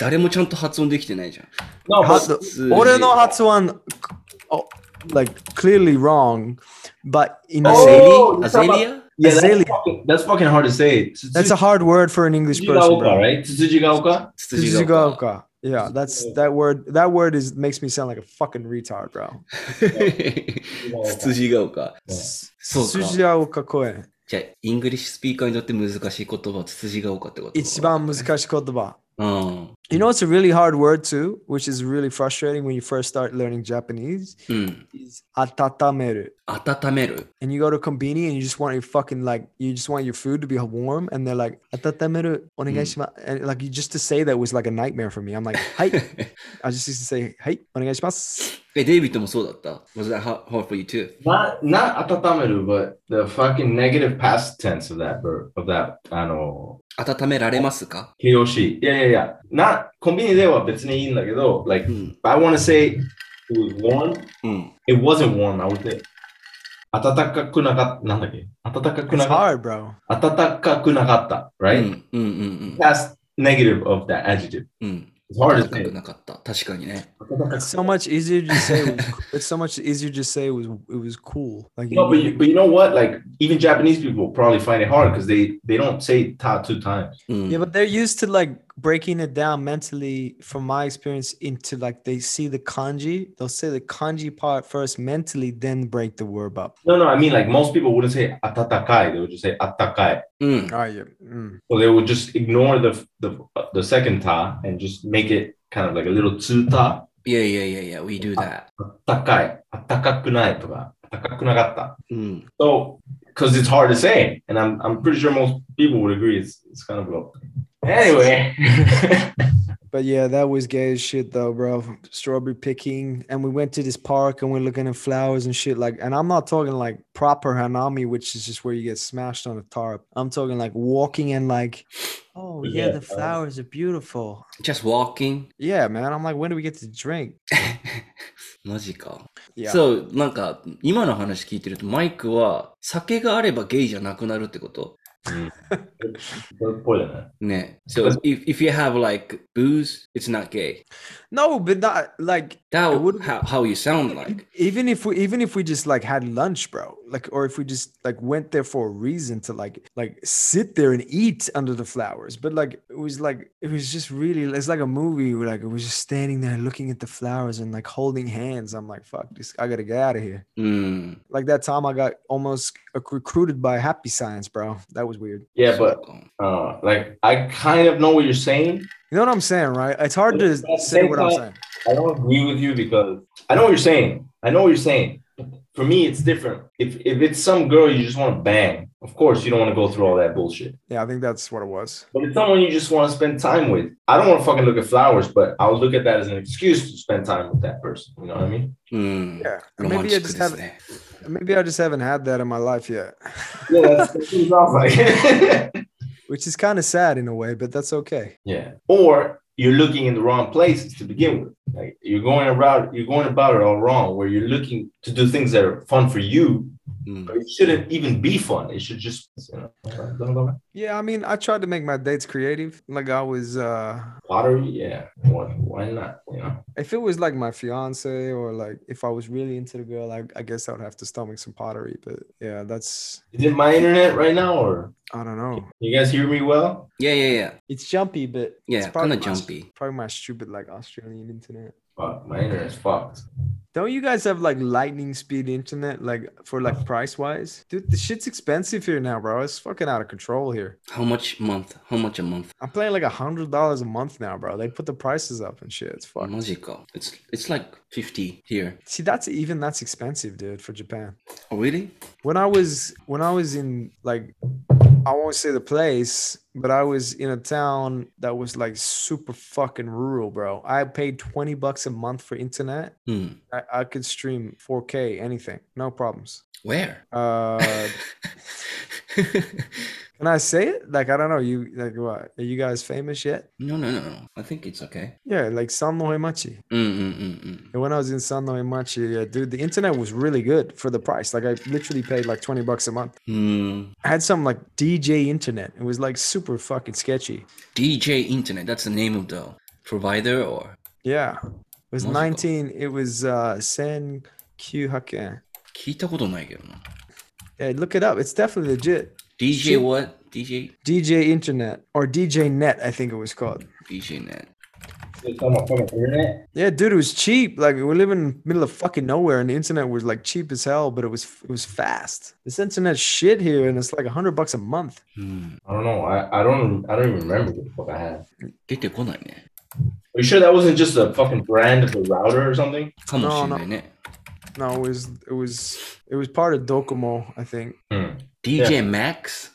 Speaker 1: 誰もちゃんと発音できてないじゃん。
Speaker 3: no, but
Speaker 2: は
Speaker 1: ツツジ
Speaker 2: 俺の発音、oh, like clearly wrong, but in
Speaker 1: Azalea?
Speaker 3: Oh, you're talking about-
Speaker 1: Azalea?
Speaker 3: yeah, that's
Speaker 2: Azalea.
Speaker 3: fucking, that's fucking hard to say.
Speaker 2: that's a hard word for an English person.
Speaker 3: Tsujigaoka,
Speaker 2: bro.
Speaker 3: right? Tsujigaoka?
Speaker 1: Tsujigaoka.
Speaker 2: Tsujigaoka. Yeah, that's that word. That word is makes me sound like a fucking retard, bro.
Speaker 1: *laughs* ツツジが丘。そうか。
Speaker 2: Tsujigaoka 公園。
Speaker 1: じゃあ、イングリッシュスピーカーにとって難しい言葉はツツジが丘ってこと
Speaker 2: 一番難しい言葉。
Speaker 1: うん。
Speaker 2: You know, it's a really hard word too, which is really frustrating when you first start learning Japanese.
Speaker 1: うん。
Speaker 2: Is atatameru.
Speaker 1: 温める。 *laughs*
Speaker 2: and you go to konbini and you just want your fucking like you just want your food to be warm and they're like "Atatameru
Speaker 3: Mm.
Speaker 2: onegaishimasu," and like you just to say that was like a nightmare for me i'm like
Speaker 3: *laughs*
Speaker 2: hey i just used to say hey onegaishimasu
Speaker 1: え、デイビッドもそうだった ?Was that hard hard for you too?
Speaker 3: Not not atatameru, but the fucking negative past tense of that verb of that I know
Speaker 1: 温められますか
Speaker 3: Hiroshi. Yeah, yeah, yeah. Not konbini dewa betsune indakedo. Like
Speaker 1: うん。
Speaker 3: I wanna say it was warm.
Speaker 1: うん。
Speaker 3: It wasn't warm, I would say. 暖かくなかった。なんだっけ暖かくなか
Speaker 2: it's
Speaker 3: った。
Speaker 2: hard bro
Speaker 3: 暖かくなかった,
Speaker 1: う
Speaker 3: right?
Speaker 1: ん。うん。うん。
Speaker 3: Past negative of that adjective.
Speaker 1: うん。
Speaker 3: It's hard
Speaker 1: 温か
Speaker 3: to say.
Speaker 1: くなかった。確かにね。
Speaker 2: it's so much easier to say it was, it's so much easier to say it was it was cool like
Speaker 3: No, but you, but you know what? Like even Japanese people probably find it hard because they they don't say ta two times.
Speaker 1: うん。
Speaker 2: yeah but they're used to like breaking it down mentally from my experience into like they see the kanji they'll say the kanji part first mentally then break the word up
Speaker 3: No, no, I mean like most people wouldn't say atatakai. They would just say atakai.
Speaker 1: うん。
Speaker 3: Ah,
Speaker 2: oh yeah mm.
Speaker 3: So they would just ignore the the the second ta and just make it kind of like a little tsu ta.
Speaker 1: Yeah, yeah, yeah, yeah. We do that.
Speaker 3: 暖かい,暖かくないとか,暖かくなかった.
Speaker 1: うん。
Speaker 3: So because it's hard to say, and I'm I'm pretty sure most people would agree it's it's kind of low. Anyway, *laughs*
Speaker 2: But yeah, that was gay as shit though, bro. Strawberry picking, and we went to this park and we're looking at flowers and shit. Like, and I'm not talking like proper hanami, which is just where you get smashed on a tarp. I'm talking like walking and like, oh yeah,
Speaker 3: Yeah,
Speaker 2: the
Speaker 3: bro.
Speaker 2: flowers are beautiful.
Speaker 1: Just walking. *laughs*
Speaker 2: Yeah, man. I'm like, when do we get to drink?
Speaker 1: マジか。
Speaker 2: Yeah.
Speaker 1: そう、なんか、今の話聞いてると、マイクは、酒があればゲイじゃなくなるってこと
Speaker 3: Spoiler.
Speaker 1: ね。So, if, if you have like booze, it's not gay.
Speaker 2: no, but not like
Speaker 1: That
Speaker 2: It
Speaker 1: would
Speaker 2: would-
Speaker 1: how, how you sound like.
Speaker 2: even if we even if we just like had lunch, bro. Like, or if we just like went there for a reason to like like sit there and eat under the flowers. But like it was like it was just really it's like a movie where like it was just standing there looking at the flowers and like holding hands. I'm like, fuck this, I gotta get out of here.
Speaker 1: うん。
Speaker 2: Like that time I got almost recruited by Happy Science, bro. That was weird.
Speaker 3: Yeah, but
Speaker 1: そうか
Speaker 3: uh, like I kind of know what you're saying.
Speaker 2: You know what I'm saying, right? It's hard to
Speaker 3: But at the
Speaker 2: say
Speaker 3: same
Speaker 2: what I'm
Speaker 3: time-
Speaker 2: saying.
Speaker 3: I don't agree with you because I know what you're saying. I know what you're saying. For me, it's different. If if it's some girl you just want to bang, of course you don't want to go through all that bullshit.
Speaker 2: Yeah, I think that's what it was.
Speaker 3: But it's someone you just want to spend time with. I don't want to fucking look at flowers, but I'll look at that as an excuse to spend time with that person. You know what I mean?
Speaker 1: うん。
Speaker 2: Yeah.
Speaker 1: ロマン
Speaker 2: Maybe
Speaker 1: チ
Speaker 2: I
Speaker 1: ック
Speaker 2: just
Speaker 1: です
Speaker 2: haven't
Speaker 1: ね。
Speaker 2: maybe I just haven't had that in my life yet.
Speaker 3: Yeah, that's, that's what it sounds *laughs* like.
Speaker 2: Which is kind of sad in a way, but that's okay.
Speaker 3: yeah. Or you're looking in the wrong places to begin with. Like you're going about you're going about it all wrong, where you're looking to do things that are fun for you,
Speaker 1: うん。
Speaker 3: but it shouldn't even be fun. It should just you know. don't go back.
Speaker 2: Yeah, I mean, I tried to make my dates creative. Like I was, uh
Speaker 3: pottery yeah why, why not you know
Speaker 2: if it was like my fiance or like if I was really into the girl, I, I guess I would have to stomach some pottery. But yeah, that's
Speaker 3: is it my internet right now or
Speaker 2: I don't know.
Speaker 3: you guys hear me well
Speaker 1: Yeah, yeah,
Speaker 2: It's jumpy, but
Speaker 1: yeah. Yeah,
Speaker 2: it's probably
Speaker 1: kinda
Speaker 2: my-
Speaker 1: jumpy.
Speaker 2: Probably my stupid like Australian internet.
Speaker 3: fuck my internet's fucked
Speaker 2: Don't you guys have like lightning speed internet like for like price wise? Dude, the shit's expensive here now, bro. It's fucking out of control here.
Speaker 1: How much month? How much a month?
Speaker 2: I'm playing like a hundred dollars a month now, bro. They put the prices up and shit. It's fucked.
Speaker 1: マジか。It's, it's like 50 here.
Speaker 2: See, that's even that's expensive, dude, for Japan.
Speaker 1: Oh, really?
Speaker 2: when I was when I was in like I won't say the place, but I was in a town that was like super fucking rural, bro. I paid 20 bucks a month for internet.
Speaker 1: うん。
Speaker 2: I, I could stream
Speaker 1: *laughs*
Speaker 2: 4K, anything, no problems.
Speaker 1: Where?
Speaker 2: Uh Can I say it? Like I don't know. You like what? Are you guys famous yet?
Speaker 1: No, no, no, no. I think it's okay.
Speaker 2: Yeah, like San Noemachi.
Speaker 1: Mm-mm-mm-mm.
Speaker 2: And when I was in San Noemachi, yeah, dude, the internet was really good for the price. Like I literally paid like twenty bucks a month.
Speaker 1: Mm.
Speaker 2: I had some like DJ internet. It was like super fucking sketchy.
Speaker 1: DJ Internet. That's the name of the provider, or
Speaker 2: Yeah. It was
Speaker 1: Mozzico.
Speaker 2: 19. It was uh Sen Q Hakken.
Speaker 1: 聞いたことないけどな。
Speaker 2: Yeah, look it up. It's definitely legit.
Speaker 1: DJ what? DJ
Speaker 2: DJ Internet or DJ Net, I think it was called.
Speaker 1: DJ Net.
Speaker 3: Come on, come on, internet.
Speaker 2: Yeah, dude, it was cheap. Like we were living in the middle of fucking nowhere, and the internet was like cheap as hell, but it was it was fast. This internet shit here, and it's like hundred bucks a month.
Speaker 1: うん。
Speaker 3: I don't know. I, I don't I don't even remember what the fuck I had.
Speaker 1: 出てこないね。
Speaker 3: Are you sure that wasn't just a fucking brand of a router or something?
Speaker 1: かもしれないね。
Speaker 2: No, it was it was it was part of Docomo, I think.
Speaker 3: Hmm.
Speaker 1: DJ Max?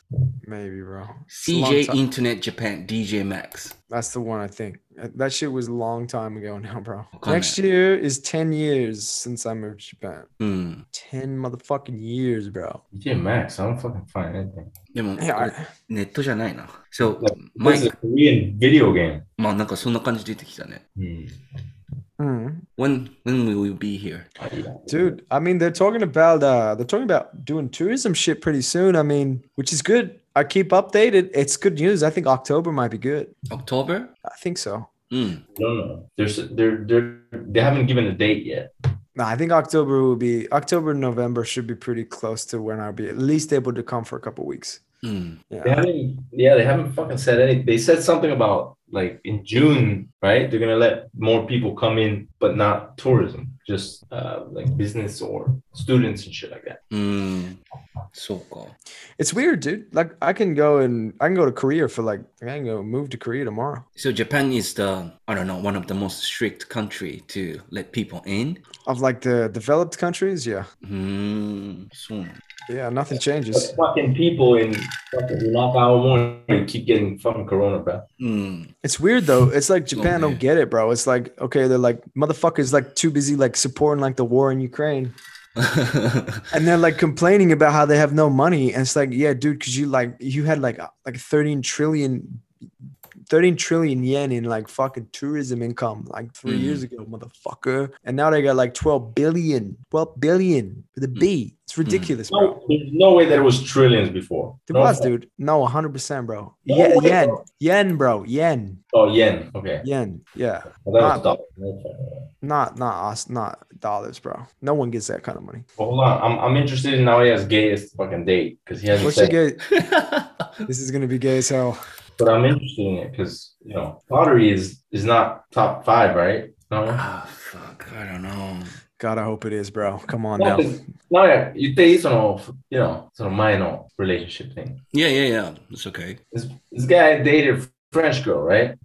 Speaker 2: Maybe, bro. It's a long
Speaker 1: CJ
Speaker 2: time-
Speaker 1: Internet Japan DJ Max.
Speaker 2: That's the one I think. Uh, That shit was a long time ago *laughs* now, bro.
Speaker 1: Okay,
Speaker 2: Next year is ten years since I moved to Japan.
Speaker 1: うん。
Speaker 2: Ten motherfucking years, bro.
Speaker 3: DJ Max. I don't fucking find anything.
Speaker 1: でも、こ
Speaker 2: Yeah,
Speaker 1: れ
Speaker 2: I-
Speaker 1: ネットじゃないな。So,
Speaker 3: This is a
Speaker 1: マイク、
Speaker 3: Korean video game.
Speaker 1: まあなんかそんな感じ出てきたね。
Speaker 3: Hmm.
Speaker 2: Mm.
Speaker 1: When, when will we be here?
Speaker 2: dude. I mean, they're talking about uh, they're talking about doing tourism shit pretty soon. I mean, which is good. I keep updated. It's good news. I think October might be good.
Speaker 1: October?
Speaker 2: I think so.
Speaker 1: うん。
Speaker 3: I don't know. There's they're they're they haven't given a date yet.
Speaker 2: No, I think October will be October, November should be pretty close to when I'll be at least able to come for a couple weeks.
Speaker 1: うん。
Speaker 3: They
Speaker 2: Yeah.
Speaker 3: haven't. Yeah, they haven't fucking said anything. They said something about like in June, right? They're gonna let more people come in, but not tourism, just uh, like business or students and shit like that.
Speaker 1: うん。そうか。
Speaker 2: It's weird, dude. Like I can go and I can go to Korea for like I can go move to Korea tomorrow.
Speaker 1: So Japan is the, I don't know, one of the most strict country to let people in?
Speaker 2: Of like the developed countries, yeah.
Speaker 1: うーん。そうなんだ
Speaker 2: Yeah, nothing
Speaker 3: But
Speaker 2: changes.
Speaker 3: fucking people in fucking half hour morning keep getting fucking corona, bro.
Speaker 1: *laughs* うん。
Speaker 2: It's weird though. It's like Japan
Speaker 1: man.
Speaker 2: don't get it, bro. It's like okay, they're like motherfuckers like too busy like supporting like the war in Ukraine,
Speaker 1: Ah,
Speaker 2: and they're like complaining about how they have no money. And it's like yeah, dude, because you like you had like uh, like 13 trillion, 13 trillion yen in like fucking tourism income like three
Speaker 1: Mhm.
Speaker 2: years ago, motherfucker. And now they got like 12 billion, 12 billion with a B. It's ridiculous, bro.
Speaker 3: No, there's no way that it was trillions before.
Speaker 2: It
Speaker 3: No
Speaker 2: was,
Speaker 3: fuck-
Speaker 2: dude. No, 100%, bro.
Speaker 3: No
Speaker 2: Ye-
Speaker 3: way,
Speaker 2: yen,
Speaker 3: bro.
Speaker 2: yen, bro. Yen,
Speaker 3: Oh, yen. Okay.
Speaker 2: yen. Yeah.
Speaker 3: Well, that
Speaker 2: Nah.
Speaker 3: was dumb. No fucking way.
Speaker 2: Not, not us, not dollars, bro. No one gets that kind of money.
Speaker 3: Well, hold on. I'm, I'm interested in Naoya's gayest fucking date because he hasn't
Speaker 2: What's
Speaker 3: said.
Speaker 2: your gay? This is going to be gay as hell.
Speaker 3: But I'm interested in it because you know pottery is is not top five, right? No,
Speaker 1: Ah, fuck. I don't know.
Speaker 2: God, I hope it is, bro. Come on
Speaker 3: no,
Speaker 2: now.
Speaker 3: no. You take on you know sort of minor relationship thing.
Speaker 1: Yeah, yeah, yeah. It's okay.
Speaker 3: This this guy dated French girl, right?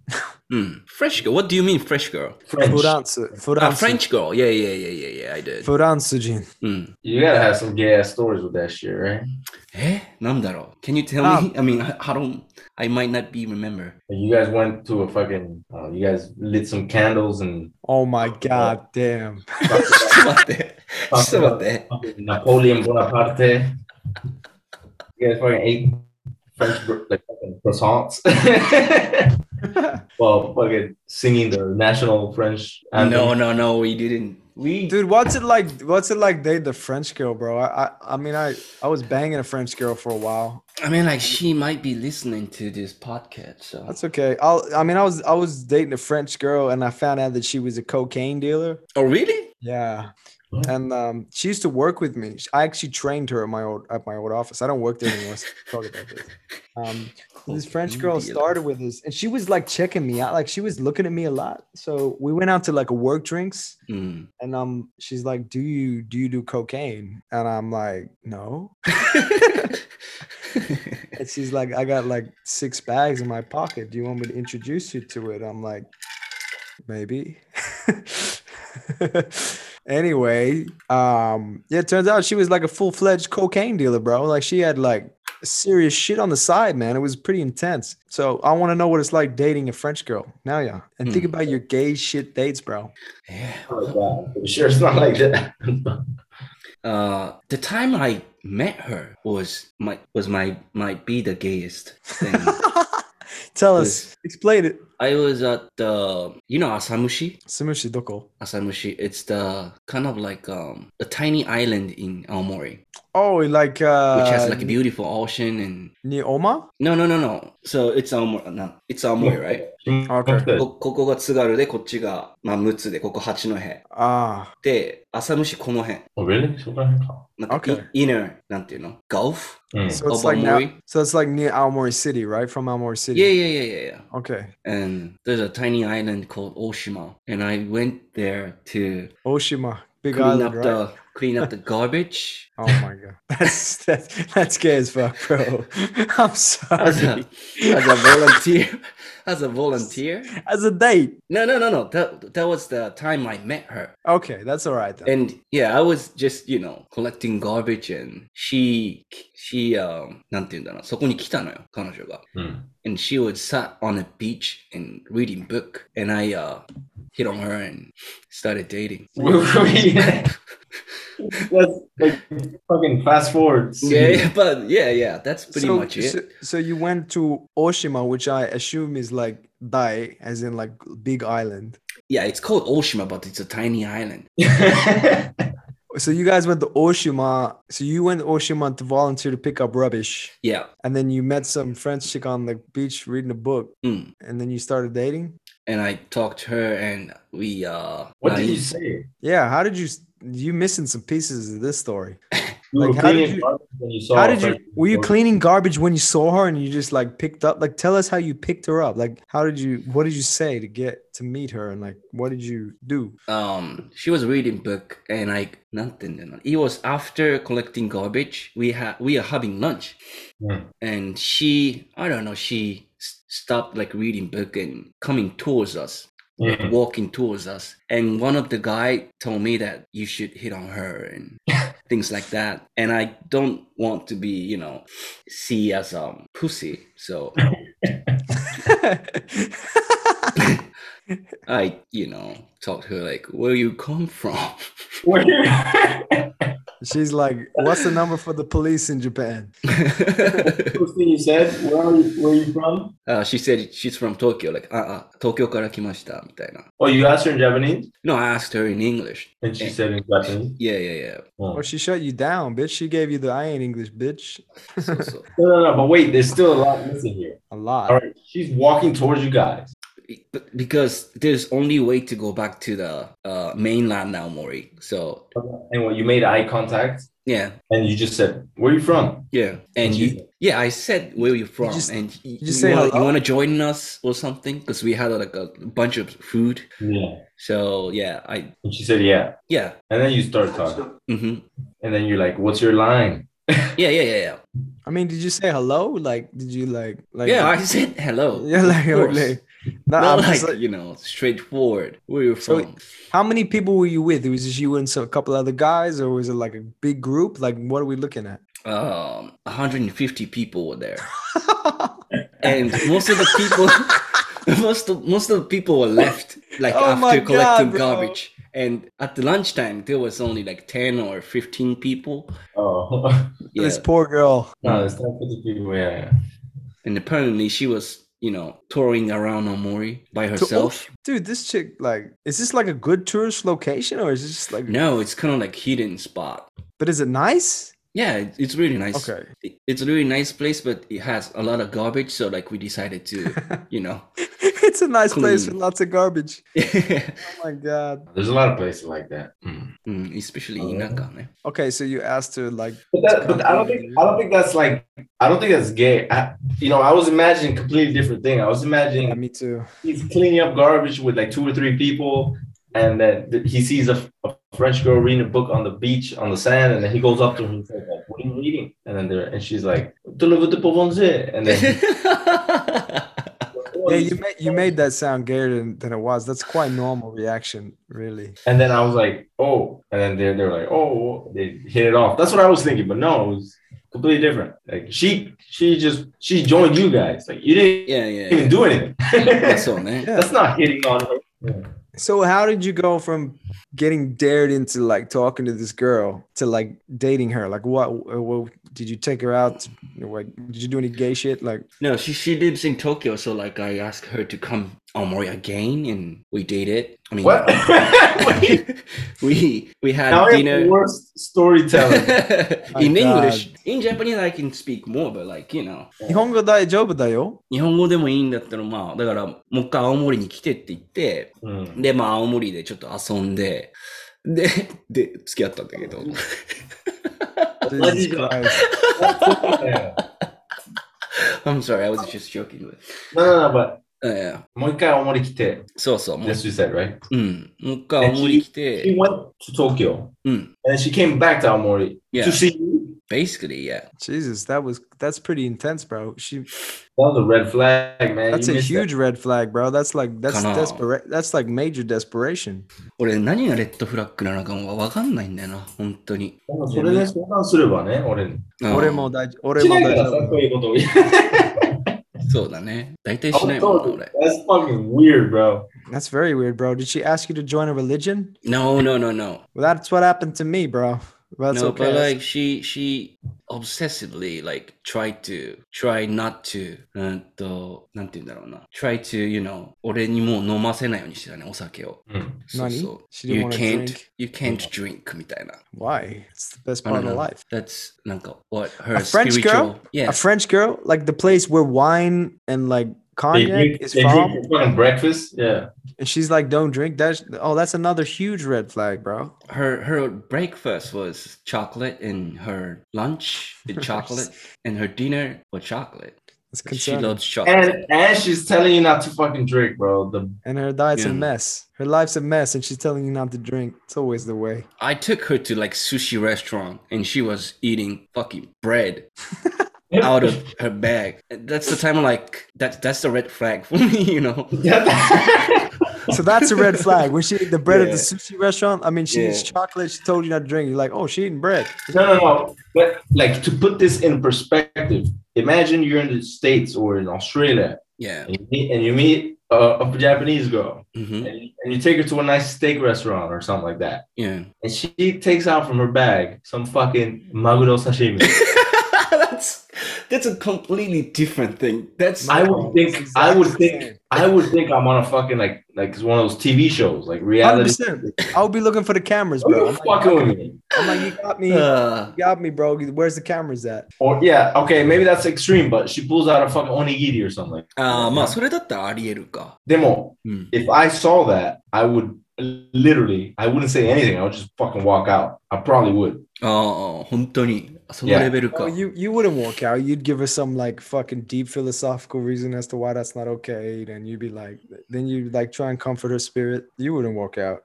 Speaker 1: Mm. French girl. What do you mean French girl?
Speaker 3: French.
Speaker 2: Furansu.
Speaker 1: Ah,
Speaker 2: Furansu.
Speaker 1: French girl. Yeah, yeah, yeah, yeah, yeah. I did.
Speaker 2: Furansujin.
Speaker 1: Mm.
Speaker 3: You gotta have some gay ass stories with that shit, right?
Speaker 1: Eh? Nandaro. Can you tell me? I mean, I, I don't. I might not be remember.
Speaker 3: Like, you guys went to a fucking. Uh, you guys lit some candles and *laughs*
Speaker 2: Oh my god, damn.
Speaker 3: talked about
Speaker 1: ちょっと待 *laughs* って。ちょっと待って。
Speaker 3: fucking Napoleon Bonaparte. You guys fucking ate French br- like fucking
Speaker 2: *laughs*
Speaker 3: croissants. well, fucking singing the national French anthem.
Speaker 1: No, no, no. We didn't. We.
Speaker 2: Dude, what's it like? What's it like date the French girl, bro? I, I I mean I I was banging a French girl for a while.
Speaker 1: I mean, like she might be listening to this podcast. So.
Speaker 2: That's okay. I I mean I was I was dating a French girl and I found out that she was a cocaine dealer.
Speaker 1: Oh, really?
Speaker 2: Yeah.
Speaker 3: What?
Speaker 2: And um, she used to work with me. I actually trained her at my old at my old office. I don't work there anymore. so Talk about this. Um, this French girl
Speaker 1: India.
Speaker 2: started with us, and she was like checking me out. Like she was looking at me a lot. So we went out to like a work drinks,
Speaker 1: Mm.
Speaker 2: and um, she's like, "Do you do you do cocaine?" And I'm like, "No." *laughs* And she's like, "I got like six bags in my pocket. Do you want me to introduce you to it?" I'm like, "Maybe." *laughs* anyway, um, yeah, it turns out she was like a full fledged cocaine dealer, bro. Like she had like serious shit on the side, man. It was pretty intense. So I want to know what it's like dating a French girl now, yeah. And think
Speaker 1: Hmm.
Speaker 2: about your gay shit dates, bro.
Speaker 1: *laughs*
Speaker 2: *laughs*
Speaker 1: yeah.
Speaker 3: Oh, God. I'm pretty sure it's not like that.
Speaker 1: uh, the time I met her was my was my might be the gayest
Speaker 2: *laughs*
Speaker 1: thing.
Speaker 2: Tell
Speaker 1: Yes.
Speaker 2: us. Explain it.
Speaker 1: I was at the you know Asamushi.
Speaker 2: Samushi Doko.
Speaker 1: Asamushi, it's the kind of like um a tiny island in Aomori,
Speaker 2: Oh, like uh
Speaker 1: which has like a beautiful ocean and
Speaker 2: Ni- Nioma?
Speaker 1: no no no no. So it's Aomori, no, it's Aomori, right?
Speaker 2: Okay.
Speaker 1: こここが津軽でこっちが、まあ、6つでここ八戸
Speaker 2: Ah.
Speaker 1: で朝虫この辺
Speaker 3: Oh, really? そこら辺か。
Speaker 1: なんか、
Speaker 2: Okay.
Speaker 1: イイナーなんていうのガオフ
Speaker 3: Mm.
Speaker 2: So it's like now,
Speaker 1: Obamori?
Speaker 2: so it's like near Aomori City, right? From Aomori City.
Speaker 1: Yeah, yeah, yeah, yeah, yeah.
Speaker 2: Okay.
Speaker 1: And there's a tiny island called Oshima, and I went there to
Speaker 2: Oshima. Big
Speaker 1: clean up
Speaker 2: island, right?
Speaker 1: the clean
Speaker 2: *laughs*
Speaker 1: up the garbage.
Speaker 2: Oh my god. *laughs* That's that's that's gay as fuck, bro. *laughs* I'm
Speaker 1: As a,
Speaker 2: sorry.
Speaker 1: as a volunteer, *laughs* as a volunteer.
Speaker 2: As a date.
Speaker 1: No, no, no, no. That that was the time I met her,
Speaker 2: Okay, that's all right then.
Speaker 1: and yeah, I was just you know collecting garbage, and she she um なんていうんだろうそこに来たのよ彼女が。
Speaker 3: Mm.
Speaker 1: and she would sat on a beach and reading book and i uh hit on her and started
Speaker 3: *laughs*
Speaker 1: dating
Speaker 3: Hmm.
Speaker 2: *laughs*
Speaker 3: That's like fucking fast forward.
Speaker 1: *laughs* yeah, yeah, but yeah yeah that's pretty
Speaker 2: so,
Speaker 1: much it
Speaker 2: So, so you went to Oshima, which I assume is like Dai, as in like big island.
Speaker 1: yeah it's called oshima but it's a tiny island
Speaker 2: So you guys went to Oshima. So you went to Oshima to volunteer to pick up rubbish,
Speaker 1: yeah
Speaker 2: and then you met some French chick on the beach reading a book,
Speaker 3: Hmm.
Speaker 1: mm.
Speaker 2: and then you started dating.
Speaker 1: and i talked to her and we uh
Speaker 3: *laughs* What did
Speaker 1: I-
Speaker 3: you say?
Speaker 2: Yeah, how did you? s- You missing some pieces of this story?
Speaker 3: You
Speaker 2: Like,
Speaker 3: were
Speaker 2: how did
Speaker 3: cleaning
Speaker 2: you-
Speaker 3: garbage when you saw
Speaker 2: how
Speaker 3: a
Speaker 2: did you?
Speaker 3: friend-
Speaker 2: Were you cleaning garbage when you saw her, and you just like picked up? Like, tell us how you picked her up. Like, how did you? What did you say to get to meet her, and like, what did you
Speaker 3: *laughs*
Speaker 2: do?
Speaker 1: um she was reading book and i nothing you know. it was after collecting garbage we had we are having lunch
Speaker 3: Mm.
Speaker 1: and she i don't know she s- stopped like reading book and coming towards us
Speaker 3: Mm.
Speaker 1: walking towards us and one of the guy told me that you should hit on her and things like that and i don't want to be you know see as um pussy so i you know talked to her like where you come from
Speaker 3: Were you-
Speaker 2: She's like, "What's the number for the police in Japan?"
Speaker 3: *laughs* First thing you said, where are you, where are you from?
Speaker 1: uh, she said she's from tokyo like uh, uh 東京から来ましたみたいな
Speaker 3: Oh, you asked her in Japanese?
Speaker 1: no i asked her in english
Speaker 3: And she said in Japanese.
Speaker 1: yeah yeah yeah
Speaker 3: Oh.
Speaker 2: Well, she shut you down, bitch. She gave you the "I ain't English, bitch"
Speaker 1: so,
Speaker 2: *laughs*
Speaker 1: so.
Speaker 3: No, no, no, but wait, there's still a lot missing here.
Speaker 2: a lot.
Speaker 3: All right, she's walking towards you guys.
Speaker 1: But because there's only way to go back to the uh, mainland now mori so
Speaker 3: And what, you made eye contact
Speaker 1: yeah
Speaker 3: and you just said, where are you from?
Speaker 1: Yeah, and
Speaker 3: you
Speaker 1: you, yeah, I said where you from,
Speaker 2: just-
Speaker 1: and y- you,
Speaker 2: just say
Speaker 1: wanna, you
Speaker 2: hello?
Speaker 1: want to join us or something because we had like a bunch of food.
Speaker 3: Yeah.
Speaker 1: So yeah, I
Speaker 3: And she said, yeah.
Speaker 1: yeah,
Speaker 3: And then you start talking.
Speaker 1: hmm
Speaker 3: And then you're like, what's your line?
Speaker 1: yeah, yeah, yeah, yeah,
Speaker 2: I mean, did you say hello? Like, did you like, like,
Speaker 1: yeah. I said hello.
Speaker 2: *laughs* yeah, like,
Speaker 1: of course.
Speaker 2: like, nah,
Speaker 1: not
Speaker 2: I'm
Speaker 1: like,
Speaker 2: just like-
Speaker 1: you know straightforward. Where you
Speaker 2: So-
Speaker 1: from?
Speaker 2: how many people were you with? Was it you and so a couple other guys, or was it like a big group? Like, what are we looking at? *laughs*
Speaker 1: Um, 150 people were there, and most of the people, *laughs* most of most of the people were left like
Speaker 2: Oh my
Speaker 1: after
Speaker 2: God,
Speaker 1: collecting
Speaker 2: bro.
Speaker 1: garbage. And at the lunchtime, there was only like 10 or 15 people.
Speaker 3: Oh, *laughs*
Speaker 1: Yeah.
Speaker 2: This poor girl.
Speaker 3: no, it's not for the people. Yeah.
Speaker 1: and apparently she was you know touring around Omori by
Speaker 2: To
Speaker 1: herself
Speaker 2: Osh- oh, dude, this chick, like, is this like a good tourist location, or is this just like?
Speaker 1: no it's kind of like hidden spot
Speaker 2: But is it nice?
Speaker 1: yeah it- it's really nice
Speaker 2: Okay. *laughs*
Speaker 1: It- it's a really nice place but it has a lot of garbage so like we decided to
Speaker 2: *laughs*
Speaker 1: you know *laughs*
Speaker 2: it's a nice place with
Speaker 1: Clean.
Speaker 2: lots of garbage.
Speaker 1: Mm,
Speaker 2: Oh my god.
Speaker 3: There's a lot of places like that. Mm.
Speaker 1: especially
Speaker 3: Oh.
Speaker 1: Inaka, man.
Speaker 2: Okay, so you asked her like
Speaker 3: But, that, but I don't think I don't think that's like I don't think that's gay. I, you know, I was imagining a completely different thing. I was
Speaker 2: yeah,
Speaker 3: imagining
Speaker 2: me too.
Speaker 3: he's cleaning up garbage with like two or three people, and then th- he sees a, a French girl reading a book on the beach on the sand, and then he goes up to her and says, like, "What are you reading?" And then there, and she's like, "Tu le veux te prononcer?" And
Speaker 2: *laughs*
Speaker 3: then "Oh."
Speaker 2: Yeah, you made you made that sound gayer than, than it was. That's quite normal reaction, really.
Speaker 3: and then I was like, "Oh," and then they they were like, "Oh," they hit it off. That's what I was thinking, but no, it was completely different. Like she she just she joined you guys. Like you didn't
Speaker 1: yeah yeah,
Speaker 3: even
Speaker 1: yeah. *laughs*
Speaker 3: do anything.
Speaker 1: That's all, man.
Speaker 2: Yeah.
Speaker 3: That's not hitting on her.
Speaker 2: So how did you go from getting dared into like talking to this girl to like dating her? Like what, what did you take her out? To, like did you do any gay shit? Like
Speaker 1: No, she she lives in Tokyo, so like I asked her to come Omori again, and we dated. I mean, *laughs*
Speaker 3: What? *laughs* Wait,
Speaker 1: we we had
Speaker 3: now I'm the
Speaker 1: dinner
Speaker 3: worst
Speaker 2: *laughs*
Speaker 3: storyteller.
Speaker 1: *laughs* in
Speaker 2: My
Speaker 1: English. In Japanese, I can speak more, but like you know,
Speaker 2: Nihongo daijoubu da yo?
Speaker 1: 日本語でもいいんだったらまあだからもう一回青森に来てって言って、
Speaker 3: Mm.
Speaker 1: でまあ青森でちょっと遊んで、でで付き合ったんだけど。
Speaker 2: Jesus Christ.
Speaker 3: Yeah.
Speaker 1: I'm sorry, I was just joking with.
Speaker 3: No, no, no, but
Speaker 1: えー
Speaker 3: もう一回青森来て。
Speaker 1: そうそう、もう
Speaker 3: That's what you said, right?
Speaker 1: うん、もう一回青森来
Speaker 3: She
Speaker 1: て、
Speaker 3: went to Tokyo
Speaker 2: Mm.
Speaker 1: うん、
Speaker 3: and she came back to Aomori
Speaker 1: Yeah.
Speaker 3: to see you.
Speaker 1: basically, yeah.
Speaker 2: Jesus, that was that's pretty intense, bro. She
Speaker 3: That was a red flag, man.
Speaker 2: that's
Speaker 3: You
Speaker 2: a
Speaker 3: missed that.
Speaker 2: huge red flag, bro. That's like that's
Speaker 1: Kana.
Speaker 2: desperate. That's like major desperation.
Speaker 1: 俺何がレッドフラッグなのかもわかんないんだよな、本当に。
Speaker 3: だからそれで相談すればね、俺に。
Speaker 1: うん
Speaker 2: 俺も大俺
Speaker 3: しな
Speaker 2: も
Speaker 3: い
Speaker 2: 大
Speaker 3: から
Speaker 2: 丈
Speaker 3: さ、
Speaker 2: 夫
Speaker 3: そういう
Speaker 2: *laughs*
Speaker 3: *laughs* ことを。
Speaker 1: そうだね。大体しないもんな、俺。
Speaker 3: That's fucking weird, bro.
Speaker 2: That's very weird, bro. Did she ask you to join a religion?
Speaker 1: No, no, no, no.
Speaker 2: Well, that's what happened to me, bro. Well, That's
Speaker 1: no,
Speaker 2: okay.
Speaker 1: but like she she obsessively like tried to try not to うんとなんて言うんだろうな try to you know 俺にもう飲ませないようにしてたねお酒を。
Speaker 3: うん。
Speaker 1: そうそう
Speaker 2: She
Speaker 1: you
Speaker 2: didn't wanna
Speaker 1: can't
Speaker 2: drink.
Speaker 1: you can't drink みたいな。
Speaker 2: Why? It's the best
Speaker 1: I don't
Speaker 2: part of
Speaker 1: know.
Speaker 2: life.
Speaker 1: That's なんか what her
Speaker 2: A French
Speaker 1: spiritual
Speaker 2: girl?
Speaker 1: yeah
Speaker 2: A French girl, like the place where wine and like
Speaker 3: They
Speaker 2: cognac
Speaker 3: drink,
Speaker 2: is
Speaker 3: they drink
Speaker 2: from,
Speaker 3: for fucking breakfast. Yeah.
Speaker 2: and she's like, "Don't drink that." Oh, that's another huge red flag, bro.
Speaker 1: her her breakfast was chocolate and her lunch was chocolate and her dinner was chocolate.
Speaker 2: It's
Speaker 1: She
Speaker 2: concerning.
Speaker 1: loves chocolate.
Speaker 3: And and she's telling you not to fucking drink, bro. The
Speaker 2: and her diet's a
Speaker 1: Yeah.
Speaker 2: mess. Her life's a mess, and she's telling you not to drink. It's always the way.
Speaker 1: I took her to like sushi restaurant and she was eating fucking bread out
Speaker 3: *laughs*
Speaker 1: of her bag. That's the time I'm like that that's the red flag *laughs* for me, you know.
Speaker 2: So that's a red flag. When she ate the bread at
Speaker 1: Yeah.
Speaker 2: the
Speaker 3: *laughs*
Speaker 2: sushi restaurant, I mean, she eats
Speaker 1: Yeah.
Speaker 2: chocolate. She told you not to drink. You're like, "Oh, she eating bread."
Speaker 3: No, no, no. But like to put this in perspective, imagine you're in the States or in Australia
Speaker 1: Yeah.
Speaker 3: and you meet, and you meet uh, a Japanese girl
Speaker 1: hmm
Speaker 3: and, and you take her to a nice steak restaurant or something like that.
Speaker 1: Yeah. *laughs*
Speaker 3: And she takes out from her bag some fucking maguro sashimi.
Speaker 1: *laughs* that's that's a completely different thing. That's
Speaker 3: I would think
Speaker 2: It's
Speaker 3: I would
Speaker 2: exactly the
Speaker 3: think I would think I'm on a fucking like like it's one of those TV shows like
Speaker 2: Hundred
Speaker 3: reality.
Speaker 2: percent. I'll be looking for the cameras,
Speaker 3: Are
Speaker 2: bro.
Speaker 3: you
Speaker 2: I'm like,
Speaker 3: fucking with me?
Speaker 2: I'm like, you got
Speaker 3: *laughs*
Speaker 2: *laughs* me.
Speaker 1: uh,
Speaker 2: You got me, bro. Where's the cameras at?
Speaker 3: Or yeah, okay, maybe that's extreme, but she pulls out a fucking onigiri or something.
Speaker 1: あーまあそれだったらありえるか。
Speaker 3: Demo.
Speaker 1: うん。
Speaker 3: If I saw that, I would literally I wouldn't say anything. I would just fucking walk out. I probably would.
Speaker 1: ああ、本当に。その
Speaker 3: Yeah.
Speaker 1: レベル
Speaker 2: Oh,
Speaker 1: か。
Speaker 2: you you wouldn't walk out. You'd give her some like fucking deep philosophical reason as to why that's not okay. Then you'd be like, then you like try and comfort her spirit. You wouldn't walk out.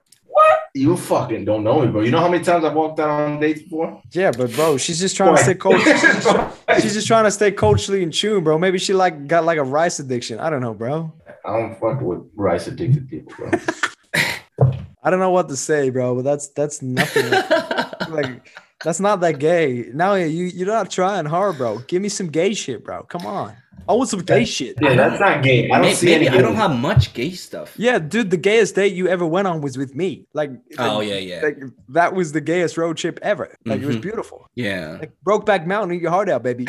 Speaker 3: You fucking don't know me, bro. You know how many times I've walked out on dates *laughs* before?
Speaker 2: Yeah, but bro, she's just trying to
Speaker 3: Why?
Speaker 2: stay
Speaker 3: *laughs*
Speaker 2: cold. She's just, she's just trying to stay culturally in tune, bro. Maybe she like got like a rice addiction. I don't know, bro.
Speaker 3: I don't fuck with rice addicted people, bro.
Speaker 2: I don't know what to say, bro. But that's that's nothing. like that's not that gay. Now you you're not trying hard, bro. Give me some gay shit, bro. Come on. I want some gay shit.
Speaker 3: Yeah, that's not gay. I don't
Speaker 1: May-
Speaker 3: see
Speaker 1: Maybe
Speaker 3: any
Speaker 1: I don't
Speaker 3: gay.
Speaker 1: have much gay stuff.
Speaker 2: Yeah, dude, the gayest date you ever went on was with me. Like,
Speaker 1: Oh
Speaker 2: like,
Speaker 1: yeah, yeah,
Speaker 2: like that was the gayest road trip ever. Like it was
Speaker 1: Mhm.
Speaker 2: beautiful.
Speaker 3: *laughs*
Speaker 1: yeah.
Speaker 2: Like Brokeback Mountain, eat your heart out, baby.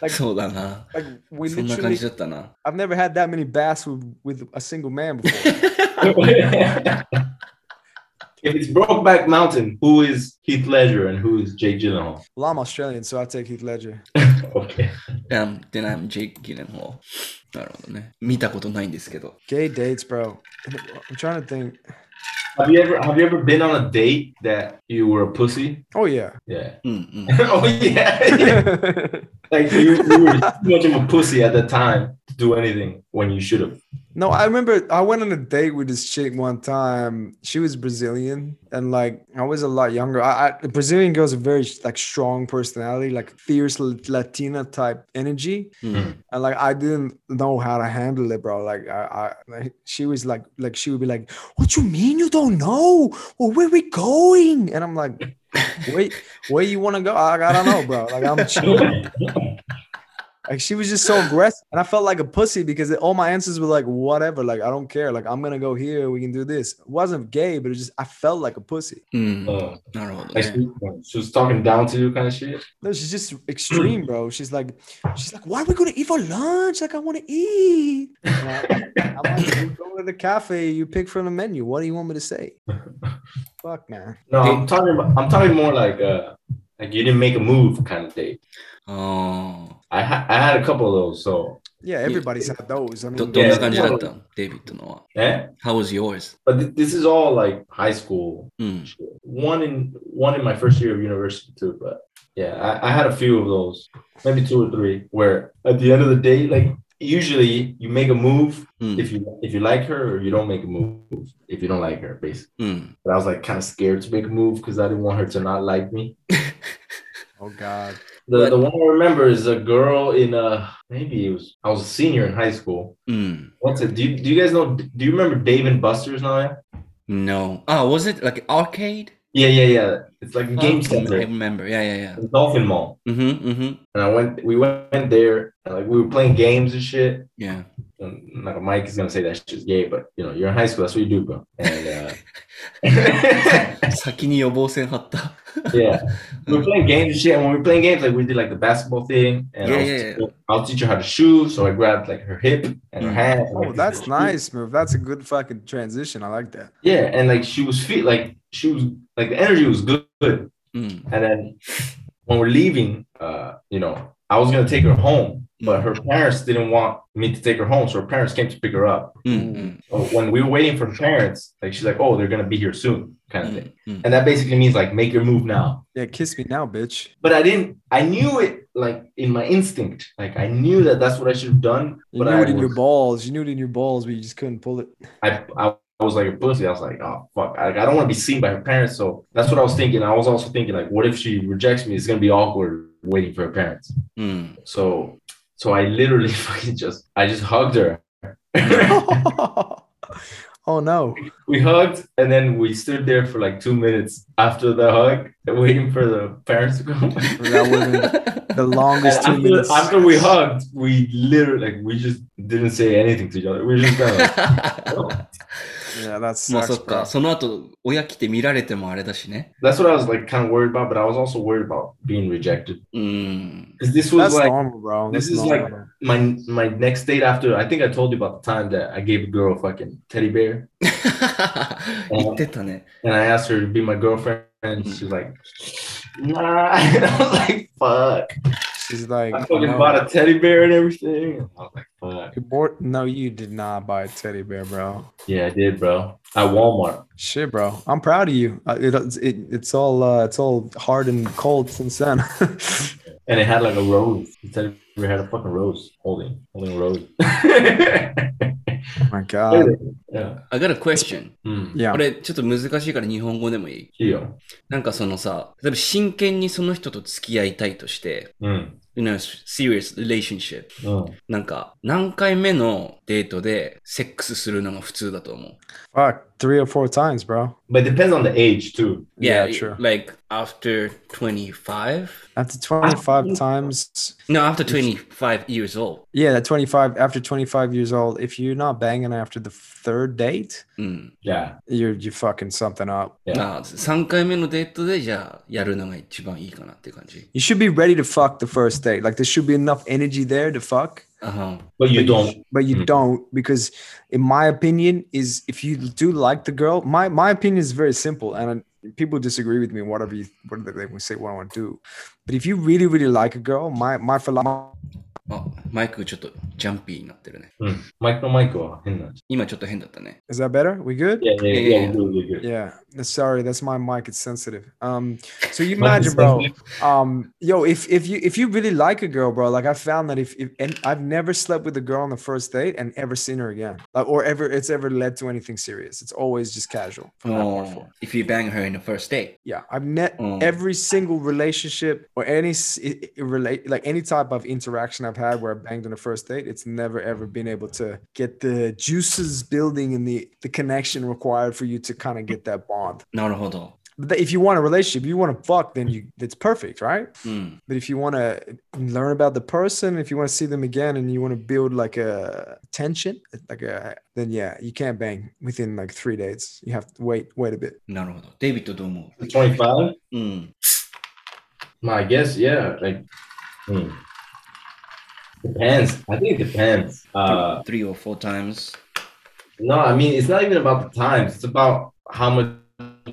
Speaker 2: Like-
Speaker 1: そうだな。
Speaker 2: Like we
Speaker 1: そんな感
Speaker 2: literally,
Speaker 1: じだったな。
Speaker 2: I've never had that many baths with, with a single man before.
Speaker 3: if *laughs* it's Brokeback Mountain, who is Heath Ledger and who is Jake Gyllenhaal?
Speaker 2: well, I'm Australian, so I take Heath Ledger.
Speaker 3: Okay.
Speaker 1: Um, then I'm Jake Gyllenhaal. なるほどね。見たことないんですけど。
Speaker 2: Gay dates, bro. I'm trying to think.
Speaker 3: Have you ever have you ever been on a date that you were a pussy?
Speaker 2: Oh yeah.
Speaker 3: Yeah.
Speaker 1: うんうん。
Speaker 3: *laughs* oh yeah. *laughs* like you, you were too much of a pussy at the time to do anything when you should have.
Speaker 2: No, I remember I went on a date with this chick one time. She was Brazilian, and like I was a lot younger. I, I Brazilian girls are very like strong personality, like fierce L- Latina type energy,
Speaker 1: うん
Speaker 2: and like I didn't know how to handle it, bro. Like I, I like, she was like, like she would be like, "What you mean you don't know? Well, where we going?" And I'm like, "Wait, where you want to go? I, I don't know, bro. Like I'm chill." Like she was just so aggressive, and I felt like a pussy because it, all my answers were like whatever, like I don't care, like I'm gonna go here, we can do this. It wasn't gay, but it just I felt like a pussy.
Speaker 1: Mm,
Speaker 3: Uh,
Speaker 1: なるほど
Speaker 3: *laughs* like
Speaker 1: ね。
Speaker 3: she, she was talking down to you kind of shit.
Speaker 2: No, she's just extreme, bro. She's like, she's like, why are we gonna eat for lunch? Like I want to eat. And I, am like, you go to the cafe, you pick from the menu. What do you want me to say? Fuck, man.
Speaker 3: No, I'm talking about, I'm talking more like uh like you didn't make a move kind of date.
Speaker 1: あー
Speaker 3: I ha- I had a couple of those, so
Speaker 2: Yeah, everybody's had those. I
Speaker 1: ど
Speaker 2: mean,
Speaker 1: どんな感じだっ
Speaker 3: Yeah.
Speaker 1: たのデイビッドのは。
Speaker 3: eh?
Speaker 1: How was yours?
Speaker 3: But th- this is all like high school
Speaker 1: うん。
Speaker 3: shit. One in one in my first year of university too, but yeah, I, I had a few of those, maybe two or three, where at the end of the day, like usually you make a move
Speaker 1: うん
Speaker 3: if you if you like her or you don't make a move if you don't like her, basically.
Speaker 1: うん。
Speaker 3: But I was like kind of scared to make a move because I didn't want her to not like me.
Speaker 2: oh god.
Speaker 3: The, the one I remember is a girl in uh maybe it was I was a senior in high school.
Speaker 1: うん。
Speaker 3: What's it? Do you, do you guys know? Do you remember Dave and Buster's now? Yeah,
Speaker 1: No. あ、was it like arcade?
Speaker 3: yeah, yeah. yeah. It's like a game
Speaker 1: I
Speaker 3: center,
Speaker 1: remember. Yeah, yeah, yeah.
Speaker 3: in Dolphin Mall.
Speaker 1: うんうん。
Speaker 3: And I went, we went there, and like we were playing games and shit.
Speaker 1: Yeah.
Speaker 3: And like Mike is gonna say that shit's gay, but you know, you're in high school, that's what you do, bro. And uh,
Speaker 1: *laughs* 先に予防線張った。
Speaker 3: *laughs* yeah, we were playing games and shit. And when we were playing games, like we did like the basketball thing, and
Speaker 1: Yeah,
Speaker 3: I was,
Speaker 1: yeah,
Speaker 3: I'll teach her how to shoot. So I grabbed like her hip and her
Speaker 1: Mm.
Speaker 3: hand. and,
Speaker 2: Oh,
Speaker 3: like,
Speaker 2: that's
Speaker 3: she-
Speaker 2: nice, move. That's a good fucking transition. I like that.
Speaker 3: Yeah, and like she was feet like she was like the energy was good. And
Speaker 1: うん。
Speaker 3: then when we're leaving, uh, you know, I was gonna take her home, but her parents didn't want me to take her home, so her parents came to pick her up.
Speaker 1: うんうん。
Speaker 3: So when we were waiting for her parents, like she's like, Oh, they're gonna be here soon, kind
Speaker 2: Mm.
Speaker 3: of thing.
Speaker 1: うん。
Speaker 3: And that basically means like make your move now.
Speaker 2: Yeah, kiss me now, bitch.
Speaker 3: But I didn't. I knew it like in my instinct. Like I knew that that's what I should have done.
Speaker 2: You
Speaker 3: But
Speaker 2: knew
Speaker 3: I
Speaker 2: it in your
Speaker 3: was,
Speaker 2: balls. You knew it in your balls, but you just couldn't
Speaker 3: *laughs*
Speaker 2: pull it. *laughs*
Speaker 3: I, I I was like a pussy. I was like, oh fuck, I, I don't want to be seen by her parents. So that's what I was thinking. I was also thinking like, what if she rejects me? It's gonna be awkward waiting for her parents.
Speaker 1: うん。
Speaker 3: So so I literally *laughs* fucking just I just hugged her. *laughs*
Speaker 2: oh no.
Speaker 3: we hugged and then we stood there for like two minutes after the hug, waiting for the parents to come.
Speaker 2: That wasn't the
Speaker 3: *laughs*
Speaker 2: longest two
Speaker 3: After,
Speaker 2: minutes.
Speaker 3: after we hugged, we literally like we just didn't say anything to each other. We just
Speaker 1: *laughs*
Speaker 3: kind of like, *laughs* "Oh."
Speaker 2: Yeah, that's
Speaker 1: まあそ
Speaker 2: sucks,
Speaker 1: っ
Speaker 2: bro.
Speaker 1: か、その後、親来て見られてもあれだしね。
Speaker 3: that's what I was like kind of worried about, but I was also worried about being rejected
Speaker 1: うん。
Speaker 3: because this was
Speaker 2: That's
Speaker 3: like
Speaker 2: normal, bro.
Speaker 3: this
Speaker 2: That's
Speaker 3: is
Speaker 2: normal.
Speaker 3: like- my my next date after. I think I told you about the time that I gave a girl a fucking teddy bear
Speaker 1: *laughs* 言ってたね。
Speaker 3: and I asked her to be my girlfriend, and she's like, nah, *laughs* and I was like, fuck.
Speaker 2: she's like,
Speaker 3: I fucking
Speaker 2: no,
Speaker 3: bought a teddy bear and everything. And I was like, fuck.
Speaker 2: you bought- no, you did not buy a teddy bear, bro.
Speaker 3: Yeah, I did, bro. At Walmart.
Speaker 2: Shit, bro. I'm proud of you. Uh, It, it, it's all uh, it's all hard and cold since then. *laughs*
Speaker 3: And it had like a rose. The teddy bear had a fucking rose holding, holding a rose.
Speaker 2: oh my god.
Speaker 3: *laughs* yeah.
Speaker 1: I got a question.
Speaker 3: Mm.
Speaker 2: Yeah.
Speaker 1: これちょっと難しいから日本語でもいい
Speaker 3: Kyo.
Speaker 1: なんかそのさ、例えば真剣にその人と付き合いたいとして、
Speaker 3: Mm.
Speaker 1: you know, serious relationship。
Speaker 3: Mm.
Speaker 1: なんか、何回目のデートでセックスするのが普通だと思う。
Speaker 2: Fuck, three or four times, bro.
Speaker 3: But it depends on the age too.
Speaker 1: Yeah,
Speaker 2: true.
Speaker 1: like after 25?
Speaker 2: After
Speaker 3: *laughs*
Speaker 2: 25 times,
Speaker 1: No, after 25 years old.
Speaker 2: yeah, that 25 after 25 years old, if you're not banging after the third date,
Speaker 1: うん。
Speaker 3: Yeah.
Speaker 2: you're you fucking something up.
Speaker 3: Yeah.
Speaker 1: まあ、3回目のデートでじゃあやるのが一番いいかなっていう感じ。
Speaker 2: You should be ready to fuck the first date. Like there should be enough energy there to fuck.
Speaker 1: あは
Speaker 3: But you
Speaker 2: But
Speaker 3: don't.
Speaker 2: but you
Speaker 3: Mm.
Speaker 2: don't because in my opinion is if you do like the girl, my my opinion is very simple and people disagree with me whatever you what they will say what I want to do. But if you really really like a girl, my my philosophy
Speaker 1: あ、マイクちょっとジャンピーになってるね。
Speaker 3: Mm. Mike no Mike. oh, hell
Speaker 1: 今ちょっと変だったね。
Speaker 2: is that better? We good?
Speaker 3: Yeah, yeah, yeah.
Speaker 1: Yeah.
Speaker 3: yeah. Good, good, good.
Speaker 2: Yeah, sorry, that's my mic. It's sensitive. Um, so you
Speaker 3: Mic
Speaker 2: imagine,
Speaker 3: is
Speaker 2: bro. Um, yo, if if you if you really like a girl, bro, like I found that if if and I've never slept with a girl on the first date and ever seen her again, like or ever it's ever led to anything serious. It's always just casual. From that point forward.
Speaker 1: If you bang her in the first date.
Speaker 2: Yeah, I've met
Speaker 1: Mm.
Speaker 2: every single relationship or any s- i- i- relate like any type of interaction I've had where I banged on the first date. It's never ever been able to get the juices building and the the connection required for you to kind of get that bond.
Speaker 1: なるほど。
Speaker 2: But th- if you want a relationship, you want to fuck, then you it's perfect, right?
Speaker 1: Mm.
Speaker 2: But if you want to learn about the person, if you want to see them again, and you want to build like a tension, like a then yeah, you can't bang within like three dates. You have to wait, wait a bit.
Speaker 3: Mm-hmm.
Speaker 1: なるほど。デイビッドどう思
Speaker 3: 25?
Speaker 1: ううん。
Speaker 3: My guess, yeah. Like, hmm. depends. I think it depends. Uh,
Speaker 1: Three or four times.
Speaker 3: No, I mean it's not even about the times. It's about how much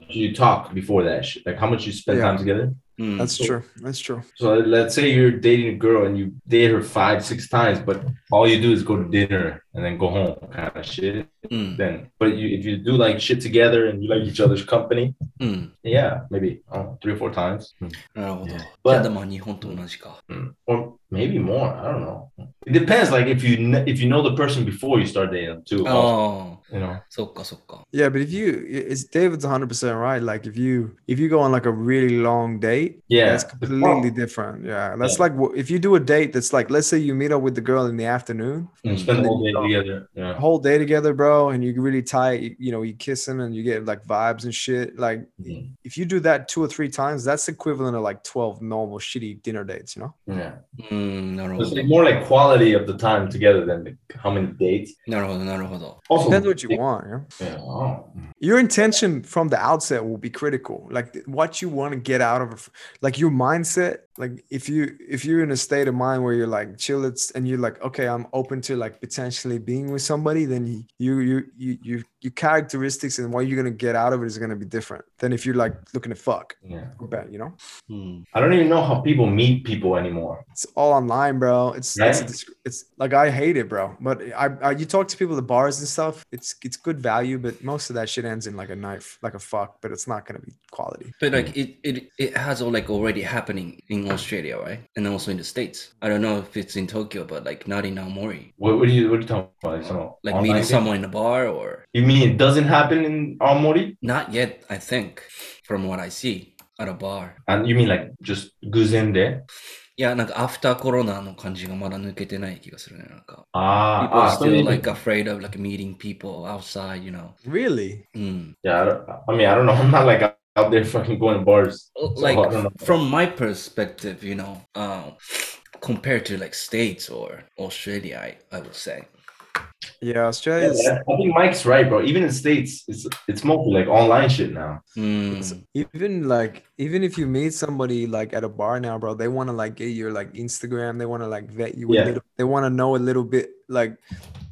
Speaker 3: you talk before that shit. Like how much you spend
Speaker 2: Yeah.
Speaker 3: time together.
Speaker 1: うん。
Speaker 2: That's
Speaker 3: So-
Speaker 2: true. That's true.
Speaker 3: So let's say you're dating a girl and you date her five, six times, but all you do is go to dinner and then go home, kind of shit.
Speaker 1: うん。
Speaker 3: Then, but you if you do like shit together and you like each other's company,
Speaker 1: うん。
Speaker 3: yeah, maybe I don't know, three or four times, Hmm.
Speaker 1: なるほど。
Speaker 3: Yeah.
Speaker 1: じゃあでも日本と同じか。
Speaker 3: Mm. or maybe more. I don't know. It depends. Like if you kn- if you know the person before you start dating them too,
Speaker 1: Oh,
Speaker 3: uh,
Speaker 1: ああ、
Speaker 3: you know.
Speaker 1: そっかそっか。
Speaker 2: Yeah, but if you, it's David's one hundred percent right. Like if you if you go on like a really long date,
Speaker 3: Yeah,
Speaker 2: that's
Speaker 3: the
Speaker 2: completely different. Yeah, that's
Speaker 3: Yeah.
Speaker 2: like wh- if you do a date that's like let's say you meet up with the girl in the afternoon,
Speaker 3: You
Speaker 1: Mm.
Speaker 3: spend the whole day
Speaker 2: Mm.
Speaker 3: together. Yeah.
Speaker 2: whole day together, bro, and you really tight. You, you know, you kissing and you get like vibes and shit. Like
Speaker 3: Mhm.
Speaker 2: if you do that two or three times, that's equivalent to like twelve normal shitty dinner dates. You know?
Speaker 3: Yeah.
Speaker 1: うん、なるほ
Speaker 3: It's
Speaker 1: ど。
Speaker 3: like more like quality of the time together than like how many dates.
Speaker 1: なるほど、なるほど。
Speaker 3: Also,
Speaker 2: Depends what you want. Yeah.
Speaker 3: Yeah, oh.
Speaker 2: your intention from the outset will be critical like th- what you want to get out of a f- like your mindset like if you if you're in a state of mind where you're like chill it's and you're like okay i'm open to like potentially being with somebody then y- you you you you your characteristics and what you're going to get out of it is going to be different than if you're like looking to fuck
Speaker 3: Yeah.
Speaker 2: I bet you know
Speaker 1: うん。
Speaker 3: I don't even know how people meet people anymore.
Speaker 2: it's all online bro it's it's,
Speaker 3: Right.
Speaker 2: it's it's like i hate it bro but I, I you talk to people at bars and stuff it's it's good value but most of that shit ends in like a knife like a fuck but it's not going to be quality
Speaker 1: But like
Speaker 3: Hmm.
Speaker 1: it, it, it has all like already happening in Australia, right? And also in the States. I don't know if it's in Tokyo, but like not in Aomori.
Speaker 3: What, what are you what are you talking about? Like, some
Speaker 1: Like
Speaker 3: online
Speaker 1: meeting
Speaker 3: thing?
Speaker 1: someone in a bar or
Speaker 3: You mean it doesn't happen in Aomori?
Speaker 1: not yet, I think, from what I see at a bar.
Speaker 3: And you mean like just guzende?
Speaker 1: いや、なんかアフターコロナの感じがまだ抜けてない気がするね。なんか、
Speaker 3: Ah,
Speaker 1: people
Speaker 3: ah,
Speaker 1: are
Speaker 3: so you-
Speaker 1: still like afraid of like meeting people outside, you know. Hmm.
Speaker 2: Really?
Speaker 1: うん。
Speaker 3: yeah. I, don't, I mean, I don't know. *laughs* I'm not like out there fucking going to bars. So I
Speaker 1: like
Speaker 3: don't know.
Speaker 1: from my perspective you know um compared to like states or australia i, I would say
Speaker 2: Yeah,
Speaker 3: Yeah,
Speaker 2: Australia's
Speaker 3: I think Mike's right, bro. Even in states, it's it's mostly like online shit now.
Speaker 1: mm,
Speaker 2: even like even if you meet somebody like at a bar now, bro, they want to like get your like Instagram. They want to like vet you.
Speaker 3: Yeah.
Speaker 2: A little, they want to know a little bit like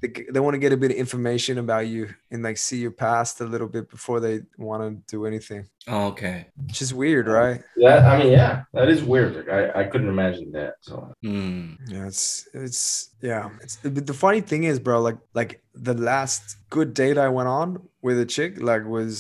Speaker 2: they, they want to get a bit of information about you and like see your past a little bit before they want to do anything.
Speaker 1: oh, okay
Speaker 2: Which is weird, right?
Speaker 3: That I mean, yeah, that is weird. Like I, I couldn't imagine that. So
Speaker 1: mm,
Speaker 2: Yeah, it's it's yeah. It's but the funny thing is, bro, like like the last good date I went on with a chick, like was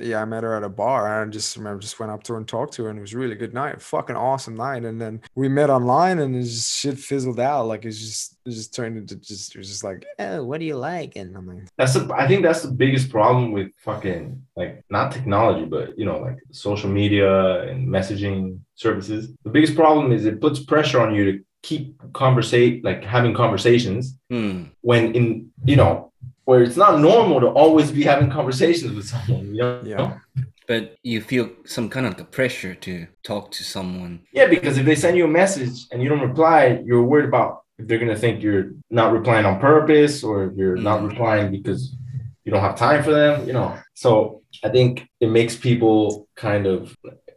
Speaker 2: yeah, I met her at a bar. I just remember just went up to her and talked to her, and it was a really good night, fucking awesome night. And then we met online, and it just shit fizzled out. Like it's just it just turned into just it was just like, oh, what do you like? And I'm like,
Speaker 3: That's the, I think that's the biggest problem with fucking like not technology, but you know, like social media and messaging services. The biggest problem is it puts pressure on you to keep conversate, like having conversations
Speaker 1: mm,
Speaker 3: when in you know where it's not normal to always be having conversations with someone. You know?
Speaker 2: Yeah.
Speaker 1: but you feel some kind of like a pressure to talk to someone
Speaker 3: Yeah, because if they send you a message and you don't reply, you're worried about if they're gonna think you're not replying on purpose or if you're not
Speaker 1: Mhm.
Speaker 3: replying because you don't have time for them, you know. So I think it makes people kind of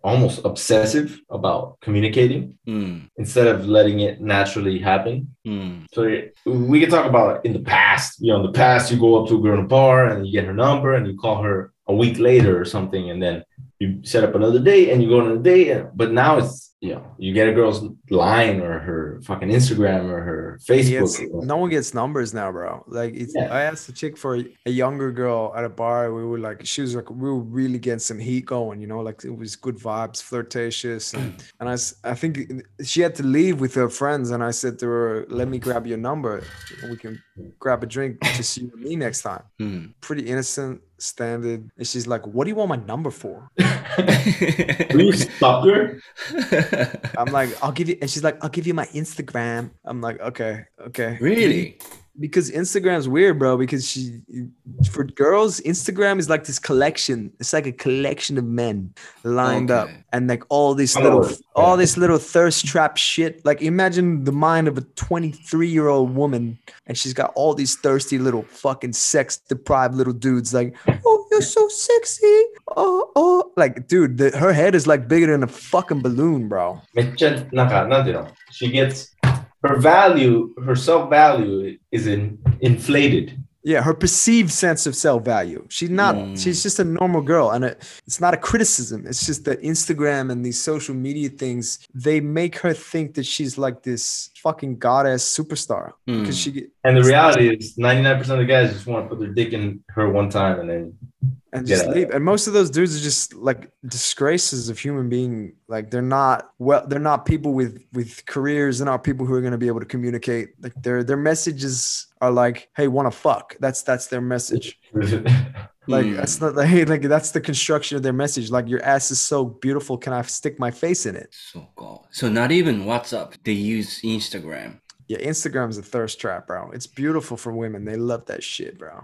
Speaker 3: almost obsessive about communicating
Speaker 1: mm,
Speaker 3: instead of letting it naturally happen.
Speaker 1: mm,
Speaker 3: So we can talk about in the past. You know, in the past, you go up to a girl in a bar and you get her number and you call her a week later or something, and then you set up another date and you go on a date. and- But now it's you know you get a girl's line or her fucking Instagram or her
Speaker 2: he
Speaker 3: Facebook.
Speaker 2: gets,
Speaker 3: *laughs*
Speaker 2: no one gets numbers now, bro. Like it's,
Speaker 3: Yeah.
Speaker 2: I asked a chick for a, a younger girl at a bar. We were like, she was like, we were really getting some heat going, you know, like it was good vibes, flirtatious, and
Speaker 3: Mm.
Speaker 2: and I, s- I think she had to leave with her friends, and I said to her, let me grab your number, and we can grab a drink to see you and me next time.
Speaker 1: mm. *laughs*
Speaker 2: Pretty innocent, standard, and she's like, what do you want my number for?
Speaker 3: Will you stop her?
Speaker 2: I'm like, I'll give you, and she's like, I'll give you my Instagram. I'm like, okay, okay.
Speaker 1: really
Speaker 2: because Instagram's weird, bro. Because she, for girls, Instagram is like this collection. It's like a collection of men lined up,
Speaker 1: Okay.
Speaker 2: and like all these
Speaker 3: Oh,
Speaker 2: little,
Speaker 3: yeah.
Speaker 2: all this little thirst trap shit. Like imagine the mind of a 23 year old woman, and she's got all these thirsty little fucking sex deprived little dudes. Like, oh, you're so sexy. Oh, oh, like, dude, the, her head is like bigger than a fucking balloon, bro.
Speaker 3: めっちゃ、なんか、なんていうの ?She gets, her value, her self-value is in, inflated.
Speaker 2: Yeah, her perceived sense of self value. She's not.
Speaker 1: Mm.
Speaker 2: She's just a normal girl, and it it's not a criticism. It's just that Instagram and these social media things they make her think that she's like this fucking goddess superstar
Speaker 1: Hmm.
Speaker 2: because she
Speaker 3: And the reality is 99% of the guys just want to put their dick in her one time and then
Speaker 2: and just
Speaker 3: Yeah.
Speaker 2: leave. And most of those dudes are just like disgraces of human being. Like they're not well. They're not people with with careers. They're not people who are going to be able to communicate. Like their their messages are like, "Hey, want to fuck?" That's that's their message.
Speaker 3: *laughs*
Speaker 2: Like
Speaker 1: Hmm.
Speaker 2: that's not *laughs* like, like that's the construction of their message. Like your ass is so beautiful, can I stick my face in it?
Speaker 1: So god. So not even WhatsApp. They use Instagram.
Speaker 2: Yeah, Instagram's a thirst trap, bro. It's beautiful for women. They love that shit, bro.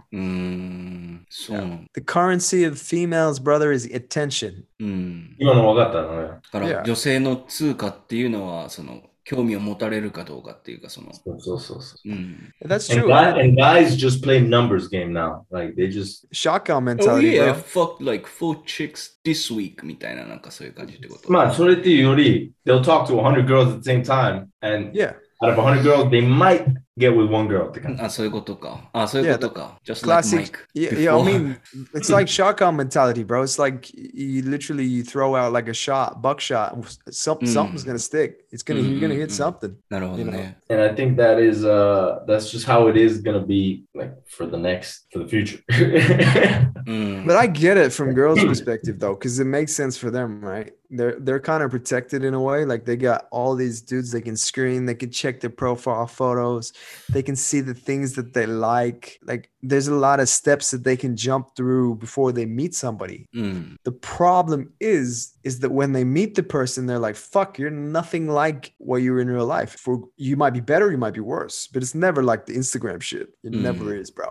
Speaker 1: Mm, so
Speaker 2: The currency of females, brother, is attention.
Speaker 1: うん。
Speaker 3: 今の分かったのね。
Speaker 1: だか
Speaker 2: Yeah.
Speaker 1: ら女性の通貨っていうのはその興味を持たれるかどうかっていうかその。
Speaker 3: そうそうそうそう。
Speaker 1: うん。
Speaker 2: That's
Speaker 3: And,
Speaker 2: true.
Speaker 3: guy- and guys just play numbers game now. Like they just
Speaker 2: Shotgun
Speaker 1: Oh
Speaker 2: mentality,
Speaker 1: yeah,
Speaker 2: bro.
Speaker 1: fuck like four chicks this week みたいななんかそういう感じってこと。
Speaker 3: まあそれっていうより they'll talk to 100 girls at the same time and
Speaker 2: Yeah.
Speaker 3: out of 100 girls they might get with one girl って感じ。
Speaker 1: あ、そういうことか。あ、そういうことか。Just
Speaker 2: Classic.
Speaker 1: like Mike.
Speaker 2: Yeah, yeah, I
Speaker 1: before.
Speaker 2: mean, it's like shotgun mentality, bro. It's like you literally you throw out like a shot, buckshot. Some,
Speaker 1: Mm. Mm-hmm,
Speaker 2: Something's gonna stick. It's gonna you're gonna
Speaker 1: Mm-mm-mm.
Speaker 2: hit something.
Speaker 1: なるほど
Speaker 2: You
Speaker 1: ね。
Speaker 3: And I think that is uh that's just how it is gonna be like for the next for the future. *laughs*
Speaker 1: うん。
Speaker 2: But I get it from girls' perspective though, because it makes sense for them, right? They're they're kind of protected in a way. Like they got all these dudes they can screen, they can check their profile photos, they can see the things that they like. Like there's a lot of steps that they can jump through before they meet somebody.
Speaker 1: うん。
Speaker 2: The problem is, is that when they meet the person, they're like, fuck, you're nothing like what you're in real life. For you might be better, you might be worse, but it's never like the Instagram shit. It
Speaker 1: Mm.
Speaker 2: never is, bro.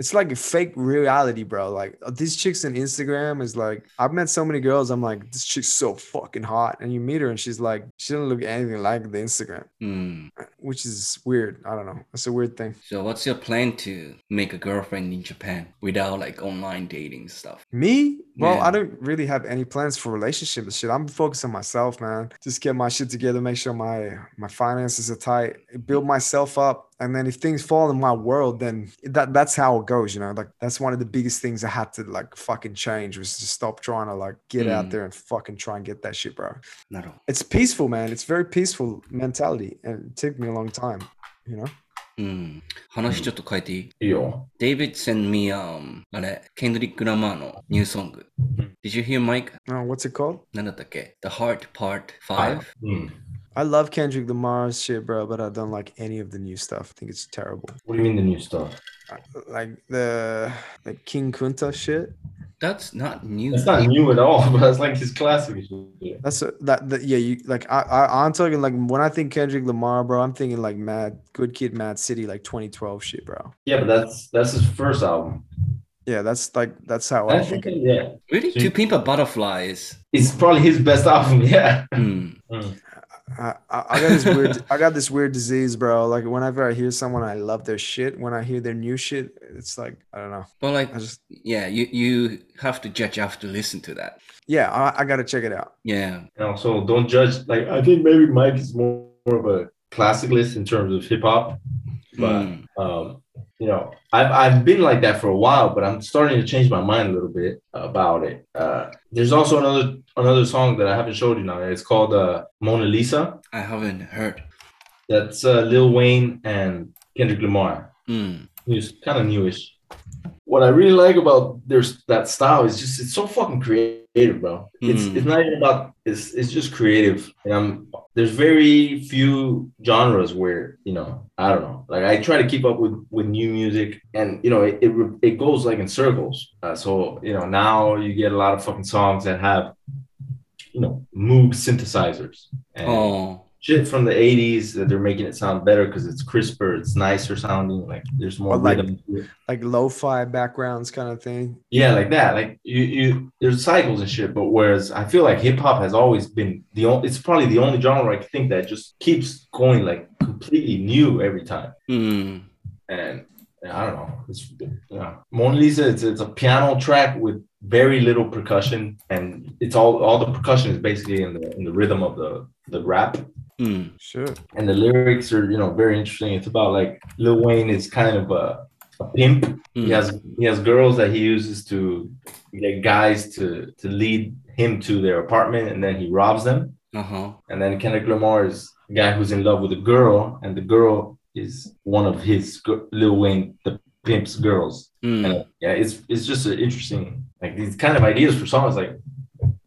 Speaker 2: It's like a fake reality, bro. Like uh, these chicks on Instagram is like, I've met so many girls, I'm like, this chick's so fucking hot. And you meet her and she's like, she doesn't look anything like the Instagram,
Speaker 1: うん。
Speaker 2: which is weird. I don't know. It's a weird thing.
Speaker 1: So what's your plan to make a girlfriend in Japan without like online dating stuff?
Speaker 2: Me? Well,
Speaker 1: Yeah.
Speaker 2: I don't really have any plans for relationship and shit. I'm focused on myself, man. Just get my shit together, make sure my my finances are tight, build myself up, and then if things fall in my world, then that that's how it goes, you know. Like that's one of the biggest things I had to like fucking change was to stop trying to like get out
Speaker 1: Mm.
Speaker 2: there and fucking try and get that shit, bro.
Speaker 1: なるほど。
Speaker 2: It's peaceful, man. It's very peaceful mentality, and it took me a long time, you know.
Speaker 1: うん。話ちょっと変えていい、
Speaker 3: いいよ。
Speaker 1: David sent me um あれ、Kendrick Lamar のニューソング。Did you hear Mike?
Speaker 2: Uh, what's it called?
Speaker 1: なんだったっけ ?The Heart Part 5?
Speaker 3: うん。
Speaker 2: I love Kendrick Lamar's shit, bro, but I don't like any of the new stuff. I think it's terrible.
Speaker 3: What do you mean the new stuff?
Speaker 2: like the like King Kunta shit.
Speaker 1: That's not new.
Speaker 3: That's not new at all, *laughs* but that's like his classic. shit.
Speaker 2: That's a, that, that yeah. You like I, I I'm talking like when I think Kendrick Lamar, bro, I'm thinking like Mad Good Kid, Mad City, like 2012 shit, bro.
Speaker 3: Yeah, but that's that's his first album.
Speaker 2: Yeah, that's like that's how Oh, I
Speaker 3: That's
Speaker 2: think. It.
Speaker 3: yeah.
Speaker 1: Really? To Pimp a Butterfly
Speaker 3: *clears throat*
Speaker 1: is...
Speaker 3: It's probably his best album, *laughs* yeah.
Speaker 1: うん。
Speaker 2: I, I, I got this weird I got this weird disease, bro. Like whenever I hear someone, I love their shit. When I hear their new shit, it's like I don't know.
Speaker 1: But like,
Speaker 2: I just
Speaker 1: yeah, you, you have to judge after listen to that.
Speaker 2: yeah, I, I gotta check it out.
Speaker 1: Yeah.
Speaker 3: And also, don't judge. Like, I think maybe Mike is more, more of a classicalist in terms of hip hop. But,
Speaker 1: うん。
Speaker 3: um, you know, I've, I've been like that for a while, but I'm starting to change my mind a little bit about it. Uh, there's also another another song that I haven't showed you now. It's called uh, Mona Lisa.
Speaker 1: I haven't heard.
Speaker 3: That's uh, Lil Wayne and Kendrick Lamar.
Speaker 1: うん。
Speaker 3: news, kind of newish. What I really like about there's that style is just it's so fucking creative, bro. It's
Speaker 1: Mm.
Speaker 3: it's not even about it's it's just creative. And I'm there's very few genres where you know I don't know. Like I try to keep up with with new music, and you know it it, re- it goes like in circles. Uh, so you know now you get a
Speaker 1: Oh,
Speaker 3: lot of fucking songs that have you know Moog synthesizers. And,
Speaker 1: ああ。
Speaker 3: shit from the 80s that they're making it sound better because it's crisper, it's nicer sounding, like there's more
Speaker 2: Or like-
Speaker 3: rhythm. to it.
Speaker 2: like lo-fi backgrounds kind of thing.
Speaker 3: Yeah, like that. Like you, you, there's cycles and shit. But whereas I feel like hip hop has always been the only, it's probably the only genre I can think that just keeps going like completely new every time.
Speaker 1: Mm.
Speaker 3: And, and I don't know, it's yeah. Mona Lisa. It's it's a piano track with very little percussion, and it's all all the percussion is basically in the in the rhythm of the the rap
Speaker 1: Mm.
Speaker 2: Sure.
Speaker 3: and the lyrics are you know very interesting. It's about like Lil Wayne is kind of a, a pimp.
Speaker 1: Mm.
Speaker 3: He has he has girls that he uses to get guys to to lead him to their apartment, and then he robs them.
Speaker 1: Uh huh.
Speaker 3: And then Kendrick Lamar is a guy who's in love with a girl, and the girl is one of his gir- Lil Wayne the pimp's girls.
Speaker 1: Mm.
Speaker 3: And, yeah, it's it's just an interesting like these kind of ideas for songs like.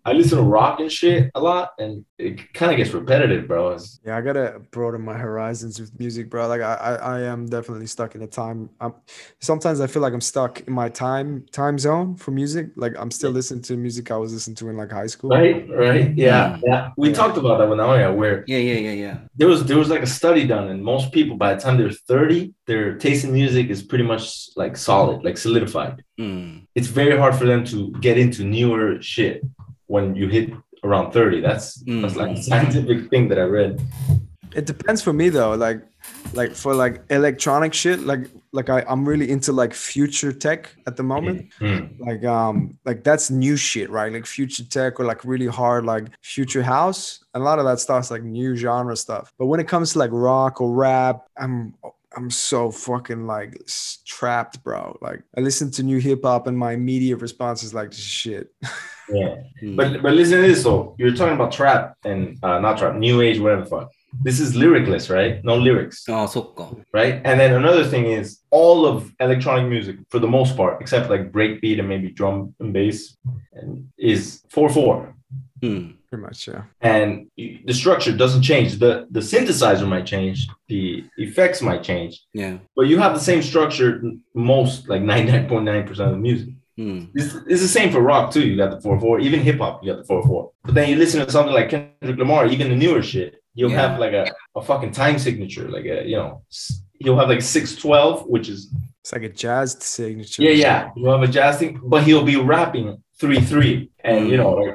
Speaker 3: I listen to rock and shit a lot, and it kind of gets repetitive, bro. It's,
Speaker 2: Yeah, I gotta broaden my horizons with music, bro. Like I, I, I am definitely stuck in a time. I'm, sometimes I feel like I'm stuck in my time time zone for music. Like I'm still listening to music I was listening to in like high school.
Speaker 3: Right, right, yeah, yeah. We talked about that with Naoya, where
Speaker 1: Yeah, yeah, yeah, yeah.
Speaker 3: there was there was like a study done, and most people by the time they're thirty, their taste in music is pretty much like solid, like solidified.
Speaker 1: Mm.
Speaker 3: It's very hard for them to get into newer shit when you hit around thirty. That's that's like a scientific thing that I read.
Speaker 2: It depends for me though. Like, like for like electronic shit. Like, like I, I'm really into like future tech at the moment.
Speaker 3: Mm.
Speaker 2: like um like that's new shit right like future tech or like really hard like future house a lot of that stuff's like new genre stuff but when it comes to like rock or rap i'm i'm so fucking like s- trapped bro like i listen to new hip-hop and my immediate response is like shit *laughs*
Speaker 3: Yeah,
Speaker 1: Mm.
Speaker 3: but but listen to this though. You're talking about trap and uh, not trap, new age, whatever the fuck. This is lyricless, right? No lyrics.
Speaker 1: ああ、そっか。
Speaker 3: right? And then another thing is all of electronic music, for the most part, except like breakbeat and maybe drum and bass, and is four four,
Speaker 1: Mm.
Speaker 2: pretty much yeah
Speaker 3: and y- the structure doesn't change. the The synthesizer might change, the effects might change,
Speaker 1: Yeah.
Speaker 3: but you have the same structure n- most like ninety nine point nine percent of the music.
Speaker 1: Mm.
Speaker 3: It's, it's the same for rock too. You got the four four, even hip hop, you got the four four. But then you listen to something like Kendrick Lamar, even the newer shit, you'll
Speaker 1: Yeah.
Speaker 3: have like a, a fucking time signature, like a you know, s- you'll have like six twelve, which is
Speaker 2: it's like a jazz signature
Speaker 3: yeah, yeah. You have a jazz thing, but he'll be rapping three three, and you know, like,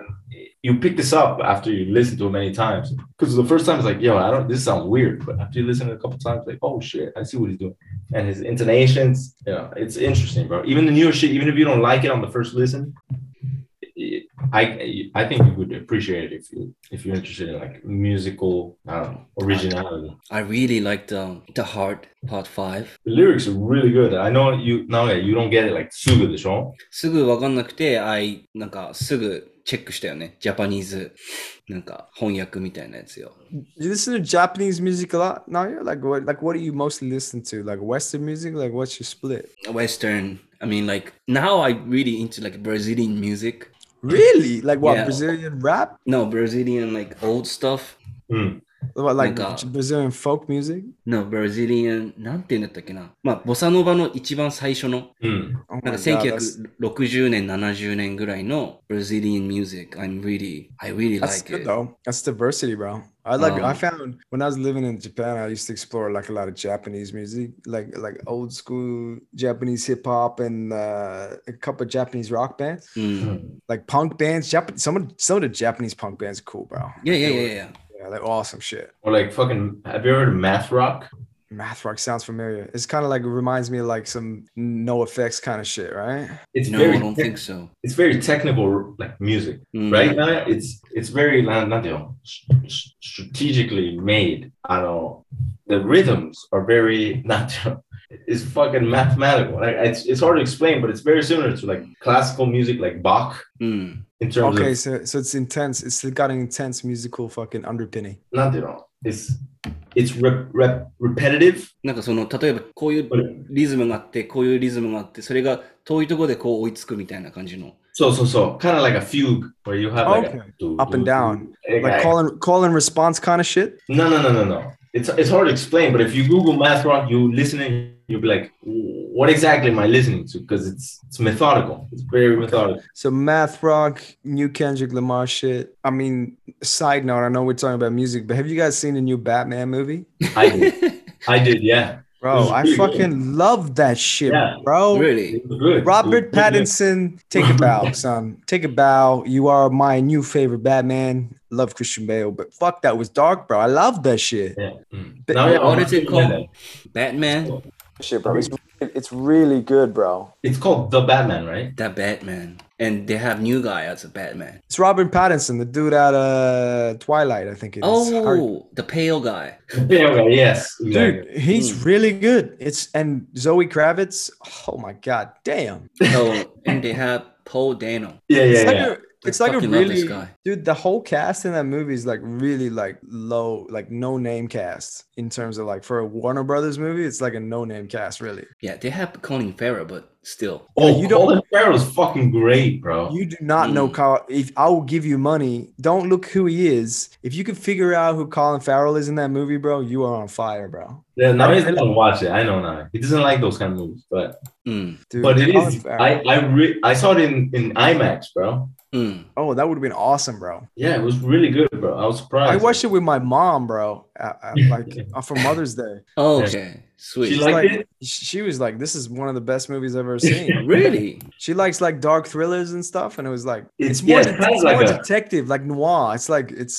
Speaker 3: you pick this up after you listen to it many times. Because the first time it's like, yo, I don't. This sounds weird, but after you listen to it a couple times, like, oh shit, I see what he's doing, and his intonations. You know, it's interesting, bro. Even the newer shit, even if you don't like it on the first listen. it- I I think you would appreciate it if you if you're interested in like musical I don't know, originality.
Speaker 1: I really liked um, the hard part five.
Speaker 3: The lyrics are really good. I know you now that you don't get it like すぐでしょ
Speaker 1: すぐわかんなくて、I なんかすぐチェックしたよね。ジャパニーズなんか翻訳みたいなやつよ。
Speaker 2: you listen to japanese music a lot now you're like what like what do you mostly listen to like western music like what's your split
Speaker 1: Western. I mean, like now I really into like Brazilian music.
Speaker 2: really like what
Speaker 1: Yeah.
Speaker 2: brazilian rap
Speaker 1: No, Brazilian like old stuff.
Speaker 3: うん。
Speaker 2: what, like
Speaker 1: Like, uh,
Speaker 2: brazilian folk music
Speaker 1: No, Brazilian なんて言うんだったっけな。まあ、ボサノバの一番最初の
Speaker 3: Mm.
Speaker 1: なん
Speaker 2: Oh my
Speaker 1: か
Speaker 2: God, that's-
Speaker 1: 1960年、70年ぐらいの Brazilian music. I'm really, I really
Speaker 2: That's
Speaker 1: like
Speaker 2: good
Speaker 1: it.
Speaker 2: though. That's diversity, bro. I like. I
Speaker 1: Um,
Speaker 2: found when I was living in Japan, I used to explore like a lot of Japanese music, like like old school Japanese hip hop and uh, a couple of Japanese rock bands,
Speaker 1: うん
Speaker 3: Hmm.
Speaker 2: like punk bands. Japan. Some of some of the Japanese punk bands are cool, bro.
Speaker 1: Yeah, yeah,
Speaker 2: They were-
Speaker 1: yeah, yeah.
Speaker 2: Yeah, they're awesome shit.
Speaker 3: Or like fucking, have you ever heard of math rock?
Speaker 2: Math rock sounds familiar. It's kind of like it reminds me of like some no effects kind of shit, right?
Speaker 3: It's
Speaker 1: No,
Speaker 3: very,
Speaker 1: I don't
Speaker 3: tec-
Speaker 1: think so.
Speaker 3: it's very technical, like music,
Speaker 2: Hmm.
Speaker 1: うん
Speaker 3: right? Now it's it's very la- not you know, s- s- strategically made. I don't. The rhythms are very *laughs* not. you know, It's fucking mathematical. Like it's it's hard to explain, but it's very similar to like classical music, like Bach,
Speaker 1: うん。
Speaker 3: in terms
Speaker 2: Okay,
Speaker 3: of
Speaker 2: so so it's intense. It's got an intense musical fucking underpinning.
Speaker 3: not you know, It's it's rep, rep, repetitive,
Speaker 1: なんかその、例えばこういう
Speaker 3: but
Speaker 1: リズムがあって、こういうリズムがあって、それが遠いところでこう追いつくみたいな感じ
Speaker 2: *laughs*
Speaker 1: の。
Speaker 3: so so so kind of like a fugue where you have like
Speaker 2: Okay.
Speaker 3: a, do-
Speaker 2: Up and
Speaker 3: do-
Speaker 2: down.
Speaker 3: do-
Speaker 2: Like call and call and response kind of shit.
Speaker 3: No, no, no, no, no. It's it's hard to explain, but if you Google math rock, you listen and you'll be like, what exactly am I listening to? Because it's it's methodical. It's very methodical.
Speaker 2: So math rock, new Kendrick Lamar shit. I mean, side note, I know we're talking about music, but have you guys seen the new Batman movie?
Speaker 3: I did. I did. Yeah. It
Speaker 2: Bro,
Speaker 3: was
Speaker 2: I
Speaker 3: really good.
Speaker 2: fucking love that shit,
Speaker 3: Yeah.
Speaker 2: bro.
Speaker 1: really?
Speaker 3: It was good.
Speaker 2: Robert
Speaker 3: It was really
Speaker 2: Pattinson, take a bow, son. Take a bow. You are my new favorite Batman. Love Christian Bale, but fuck, that was dark, bro. I love that shit.
Speaker 3: good. Yeah. Mm.
Speaker 2: But-
Speaker 3: Now, yeah,
Speaker 1: What
Speaker 3: I'm
Speaker 1: is it
Speaker 3: looking at
Speaker 1: called?
Speaker 3: that.
Speaker 1: Batman?
Speaker 2: Shit, bro. It's, it's really good, bro.
Speaker 3: It's called The Batman, right? *laughs*
Speaker 1: That Batman. And they have new guy as a Batman.
Speaker 2: It's Robert Pattinson, the dude out of Twilight, I think it is. Har-
Speaker 1: Oh, the pale guy.
Speaker 3: Yeah, okay, yes.
Speaker 2: Dude,
Speaker 3: exactly.
Speaker 2: he's
Speaker 1: Mm.
Speaker 2: really good. It's and Zoe Kravitz. Oh my god, damn!
Speaker 1: So and they have Paul Dano.
Speaker 3: Yeah,
Speaker 2: It's
Speaker 3: yeah,
Speaker 2: like
Speaker 3: yeah.
Speaker 2: a, it's like a
Speaker 1: fucking love this
Speaker 2: really
Speaker 1: guy.
Speaker 2: dude. The whole cast in that movie is like really like low, like no name cast in terms of like for a Warner Brothers movie. It's like a no name cast, really.
Speaker 1: Yeah, they have Colin Farrell, but still.
Speaker 3: Oh,
Speaker 2: you
Speaker 3: you
Speaker 2: don't-
Speaker 3: Colin Farrell's fucking great, bro.
Speaker 2: You do not know
Speaker 1: Mm.
Speaker 2: Carl. If I will give you money, don't look who he is. If you can figure out who Colin Farrell is in that movie, bro, you are on fire, bro.
Speaker 3: yeah, now
Speaker 2: I-
Speaker 3: he's
Speaker 2: I-
Speaker 3: gonna watch it. I know now. He doesn't like those kind of movies, but
Speaker 1: Mm,
Speaker 2: Dude,
Speaker 3: but it
Speaker 2: Colin
Speaker 3: is.
Speaker 2: Farrell.
Speaker 3: I I re- I saw it in in IMAX, bro.
Speaker 1: mm.
Speaker 2: oh, that would have been awesome, bro.
Speaker 3: Yeah, it was really good, bro. I was surprised.
Speaker 2: I watched it with my mom, bro. Uh, uh,
Speaker 3: *laughs*
Speaker 2: like uh, for Mother's Day,
Speaker 1: Okay,
Speaker 3: She
Speaker 1: sweet.
Speaker 2: It's
Speaker 3: liked
Speaker 2: like-
Speaker 3: it.
Speaker 2: Sh- she was like, "This is one of the best movies I've ever
Speaker 1: *laughs*
Speaker 2: seen."
Speaker 1: Really?
Speaker 2: she likes like dark thrillers and stuff, and it was like
Speaker 3: It's,
Speaker 2: it's more,
Speaker 3: yeah, it's kind
Speaker 2: it's
Speaker 3: of like
Speaker 2: more
Speaker 3: a
Speaker 2: detective, like noir. It's like it's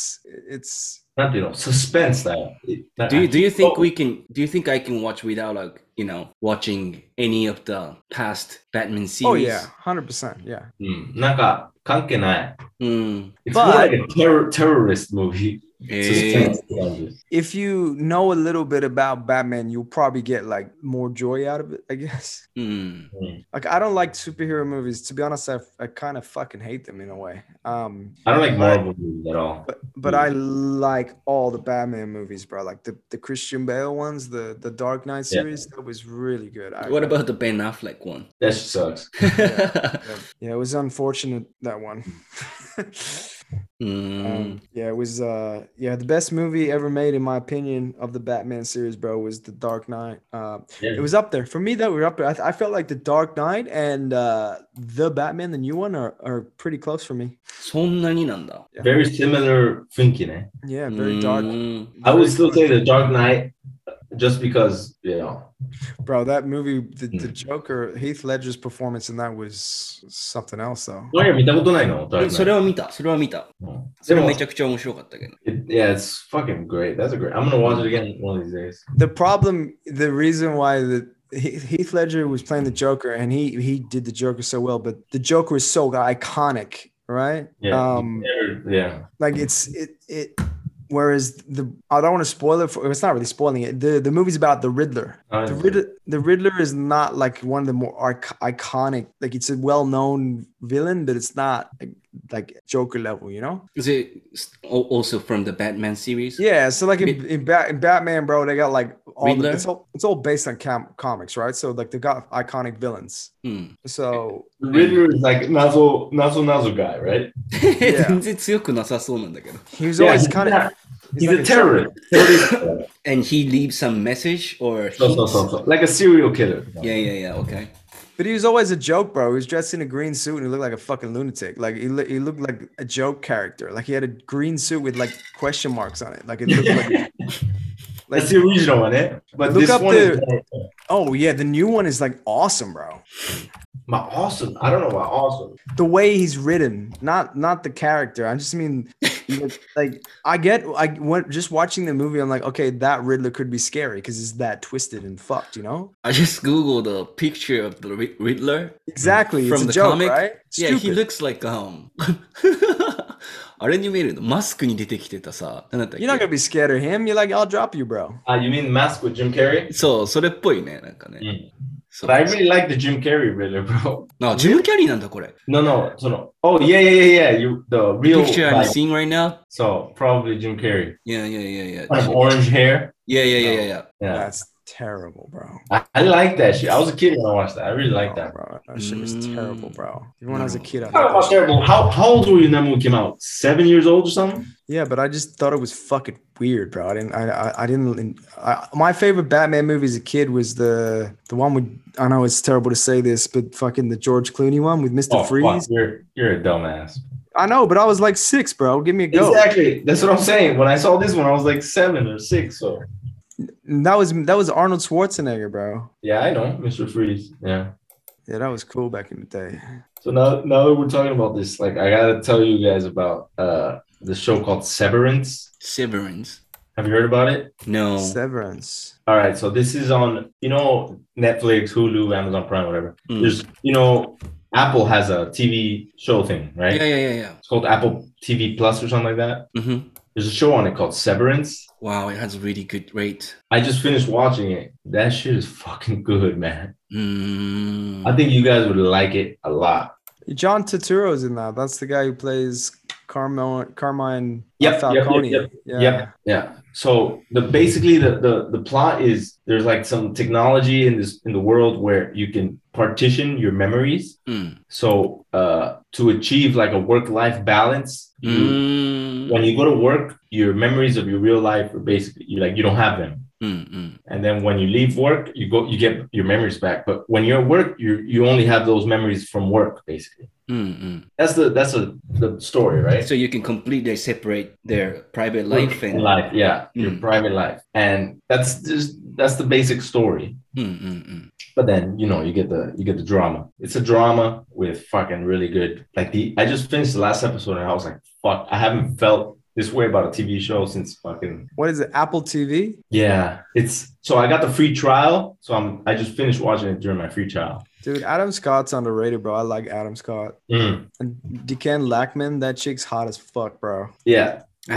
Speaker 2: it's
Speaker 3: not you know suspense style. It-
Speaker 1: Do you, do you think
Speaker 3: Oh.
Speaker 1: we can? Do you think I can watch without like you know watching any of the past Batman series?
Speaker 2: oh yeah, hundred percent, yeah.
Speaker 3: うんなんか関係ない。
Speaker 1: Mm.
Speaker 3: It's
Speaker 2: But-
Speaker 3: more like a terror, terrorist movie.
Speaker 1: Eh,
Speaker 3: Suspense style.
Speaker 2: If you know a little bit about Batman, you'll probably get like more joy out of it, I guess. *laughs*
Speaker 1: mm.
Speaker 2: Like I don't like superhero movies. To be honest, I, I kind of fucking hate them in a way. Um,
Speaker 3: I don't like
Speaker 2: but-
Speaker 3: Marvel movies at all.
Speaker 2: But but I like all the Batman movies, bro. Like the, the Christian Bale ones, the the Dark Knight
Speaker 3: Yeah.
Speaker 2: series, that was really good. I,
Speaker 1: What about the Ben Affleck one?
Speaker 3: That shit
Speaker 2: *laughs*
Speaker 3: sucks.
Speaker 2: Yeah, it was unfortunate that one. *laughs*
Speaker 1: mm.
Speaker 3: Mm.
Speaker 2: um, yeah, it was. Uh, yeah, the best movie ever made, in my opinion, of the Batman series, bro, was the Dark Knight. Uh,
Speaker 3: Yeah.
Speaker 2: it was up there for me. That were up there. I, th- I felt like the Dark Knight and uh, the Batman, the new one, are are pretty close for me.
Speaker 1: そんなになんだ。
Speaker 3: Very similar thinking, eh?
Speaker 2: Yeah, very dark.
Speaker 1: うん。
Speaker 3: Mm. I
Speaker 2: Very
Speaker 3: would still
Speaker 2: dark.
Speaker 3: say The Dark Knight just because, you know,
Speaker 2: Bro, that movie, the, the
Speaker 3: Mm.
Speaker 2: Joker, Heath Ledger's performance in that was something else, though.
Speaker 3: どうやら見たことないの Dark
Speaker 1: それ
Speaker 3: Knight
Speaker 1: は見た。それは見た。
Speaker 3: うん
Speaker 1: そ
Speaker 3: で
Speaker 1: れ
Speaker 3: も
Speaker 1: めちゃくちゃ面白かったけど。
Speaker 3: it- yeah, it's fucking great. That's a great. I'm gonna watch it again one of these days.
Speaker 2: The problem, the reason why the Heath Heath Ledger was playing the Joker, and he he did the Joker so well, but the Joker is so iconic, right?
Speaker 3: Yeah.
Speaker 2: Um,
Speaker 3: Yeah.
Speaker 2: like it's it it. Whereas the I don't want to spoil it for it's not really spoiling it. The the movie's about the Riddler, the Riddler, the Riddler is not like one of the more arc- iconic. Like it's a well-known villain, but it's not like, like Joker level, you know?
Speaker 1: Is it s- al- also from the Batman series?
Speaker 2: Yeah. So like in,
Speaker 1: Rid-
Speaker 2: in, Bat- in Batman, bro, they got like all the,
Speaker 1: Riddler?
Speaker 2: it's all it's all based on com- comics, right? So like they got iconic villains.
Speaker 1: うん。
Speaker 2: So
Speaker 3: Riddler is like Nazo, Nazo, Nazo guy, right?
Speaker 1: 全然強くなさそうなんだけど。
Speaker 2: he was
Speaker 3: Yeah,
Speaker 2: always
Speaker 3: he's
Speaker 2: kind of
Speaker 3: not- He's a terrorist. Terrorist. *laughs*
Speaker 1: And he leaves some message or
Speaker 3: so, so,
Speaker 1: hints?
Speaker 3: so, so. Like a serial killer.
Speaker 1: Yeah, yeah, yeah. Okay.
Speaker 2: but he was always a joke, bro. He was dressed in a green suit and he looked like a fucking lunatic. Like he, loo- he looked like a joke character. Like he had a green suit with like question marks on it. Like *laughs* it looked
Speaker 3: *laughs*
Speaker 2: like like
Speaker 3: That's the original one, eh? But
Speaker 2: Look
Speaker 3: this
Speaker 2: up
Speaker 3: one is
Speaker 2: the-
Speaker 3: more-
Speaker 2: Oh yeah, the new one is like awesome, bro.
Speaker 3: my awesome. I don't know about awesome.
Speaker 2: The way he's written, not not the character. I just mean, like- like I get, I went just watching the movie. I'm like, okay, that Riddler could be scary because it's that twisted and fucked, you know?
Speaker 1: I just googled a picture of the Rid- Riddler.
Speaker 2: Exactly. It's
Speaker 1: From
Speaker 2: a
Speaker 1: the
Speaker 2: joke,
Speaker 1: comic?
Speaker 2: right?
Speaker 1: Yeah, he
Speaker 2: Stupid.
Speaker 1: looks like um. *laughs* あれに見えるのマスクに出てきてたさ。なんだったっけ
Speaker 2: You're not gonna be scared of him. You're like, I'll drop you, bro.
Speaker 3: Uh, you mean Mask with Jim Carrey?
Speaker 1: そう、それっぽいね。なんかね。
Speaker 3: うん
Speaker 1: そう
Speaker 3: But I really like the Jim Carrey Riddler, bro. *laughs*
Speaker 1: あ、ジム・キャリーなんだ、これ。
Speaker 3: No, no, so no. Oh, yeah, yeah, yeah, yeah. You the real
Speaker 1: Picture I'm
Speaker 3: like,
Speaker 1: seeing right now?
Speaker 3: so probably Jim Carrey.
Speaker 1: Yeah, yeah, yeah, yeah.
Speaker 3: Kind of orange hair.
Speaker 1: Yeah, yeah, yeah, yeah, yeah.
Speaker 3: Yeah,
Speaker 2: That's terrible, bro.
Speaker 3: I, I like that shit. I was a kid when I watched that. I really like
Speaker 2: No,
Speaker 3: that.
Speaker 2: bro. That shit was
Speaker 1: Mm.
Speaker 2: terrible, bro. Even when I was a
Speaker 1: No.
Speaker 2: kid, I
Speaker 3: Talk
Speaker 2: thought that
Speaker 3: about
Speaker 2: shit-
Speaker 3: terrible. How how old were you when that movie came out? Seven years old or something?
Speaker 2: Yeah, but I just thought it was fucking weird, bro. I didn't. I. I, I didn't. I, my favorite Batman movie as a kid was the the one with. I know it's terrible to say this, but fucking the George Clooney one with Mister
Speaker 3: Oh, fuck,
Speaker 2: Freeze.
Speaker 3: you're you're a dumbass.
Speaker 2: I know, but I was like six, bro. Give me a go.
Speaker 3: Exactly. That's what I'm saying. When I saw this one, I was like seven or six. So
Speaker 2: And That was that was Arnold Schwarzenegger, bro.
Speaker 3: yeah, I know, Mr. Freeze. Yeah.
Speaker 2: Yeah, that was cool back in the day.
Speaker 3: So now now that we're talking about this, like I gotta tell you guys about uh the show called Severance.
Speaker 1: Severance.
Speaker 3: Have you heard about it?
Speaker 1: No.
Speaker 2: Severance.
Speaker 3: All right, so this is on you know Netflix, Hulu, Amazon Prime, whatever.
Speaker 1: Mm.
Speaker 3: There's you know Apple has a TV show thing, right?
Speaker 1: Yeah, yeah, yeah, yeah.
Speaker 3: It's called Apple TV Plus or something like that.
Speaker 1: Mm-hmm.
Speaker 3: There's a show on it called Severance.
Speaker 1: Wow, it has a really good rate.
Speaker 3: I just finished watching it. That shit is fucking good, man.
Speaker 1: Mm.
Speaker 3: I think you guys would like it a lot.
Speaker 2: John Turturro's in that. That's the guy who plays Carmine Carmine
Speaker 3: Yep, yep, yep,
Speaker 2: Falcone.
Speaker 3: yep,
Speaker 2: yeah.
Speaker 3: Yep. Yeah. So the basically the, the the plot is there's like some technology in this in the world where you can partition your memories.
Speaker 1: Mm.
Speaker 3: So uh, to achieve like a work life balance, you,
Speaker 1: Mm.
Speaker 3: when you go to work, your memories of your real life are basically you like you don't have them.
Speaker 1: Mm, mm.
Speaker 3: And then when you leave work, you go you get your memories back. But when you're at work, you you only have those memories from work basically.
Speaker 1: Mm, mm.
Speaker 3: That's the that's a, the story, right?
Speaker 1: So you can completely separate their private life and.
Speaker 3: life, yeah, your
Speaker 1: Mm.
Speaker 3: private life, and that's just that's the basic story.
Speaker 1: Mm, mm, mm.
Speaker 3: But then you know you get the you get the drama. It's a drama with fucking really good like the. I just finished the last episode and I was like, fuck, I haven't felt this way about a TV show since fucking
Speaker 2: What is it? Apple TV?
Speaker 3: yeah. It's so I got the free trial, so I'm I just finished watching it during my free trial.
Speaker 2: Dude, Adam Scott's underrated, bro. I like Adam Scott.
Speaker 3: Mm,
Speaker 2: And Decan Lackman, that chick's hot as fuck, bro.
Speaker 3: Yeah,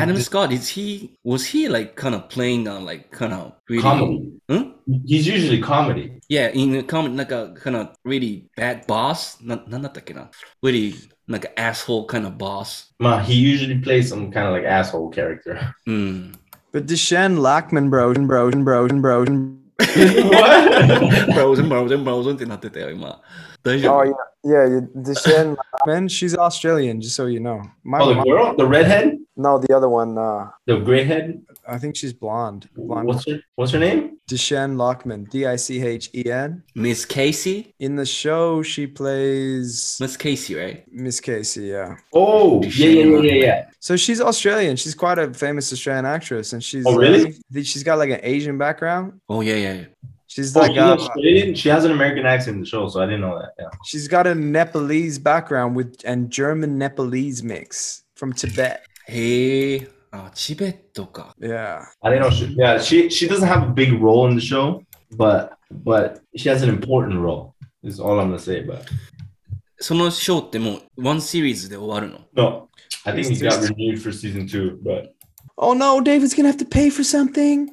Speaker 1: Adam Scott is he was he like kind of playing on like kind of really
Speaker 3: comedy.
Speaker 1: Huh?
Speaker 3: He's usually comedy.
Speaker 1: Yeah, in a common like a kind of really bad boss, not not that kind of really like an asshole kind of boss.
Speaker 3: Ma, he usually plays some kind of like asshole character.
Speaker 1: Mm.
Speaker 2: But Deshaun Lackman, bro, bro, bro, bro. Oh,
Speaker 1: *laughs*
Speaker 3: what?
Speaker 1: Frozen, frozen, frozen ってなってたよ今。大丈夫
Speaker 2: Oh yeah, yeah. you- Deshaun Lackman, she's Australian, just so you know. My,
Speaker 3: Oh, the
Speaker 2: my-
Speaker 3: girl, the redhead,
Speaker 2: no, the other one. Uh,
Speaker 3: the grayhead.
Speaker 2: I think she's blonde. Blonde.
Speaker 3: What's her What's her name?
Speaker 2: Deshaun Lockman, D I C H E N.
Speaker 1: Miss Casey,
Speaker 2: In the show, she plays
Speaker 1: Miss Casey, right?
Speaker 2: Miss Casey. Yeah.
Speaker 3: Oh, yeah, yeah, yeah, yeah, yeah.
Speaker 2: So she's Australian. She's quite a famous Australian actress, and she's
Speaker 3: Oh, really?
Speaker 2: uh, she's got like an Asian background.
Speaker 1: Oh yeah, yeah. yeah.
Speaker 2: She's
Speaker 3: Oh,
Speaker 2: like
Speaker 3: she's
Speaker 2: uh,
Speaker 3: Australian. She has an American accent in the show, so I didn't know that. Yeah.
Speaker 2: she's got a Nepalese background with and German Nepalese mix from Tibet.
Speaker 1: へえ、あ、チベットか。
Speaker 2: Yeah.
Speaker 3: I didn't know. She, yeah, she she doesn't have a big role in the show, but but she has an important role. Is all I'm gonna say. But
Speaker 1: そのショーってもうワンシリーズで終わるの。
Speaker 3: no, I think
Speaker 2: It's
Speaker 3: he got
Speaker 2: just-
Speaker 3: renewed for season two. But
Speaker 2: Oh no, David's gonna have to pay for something.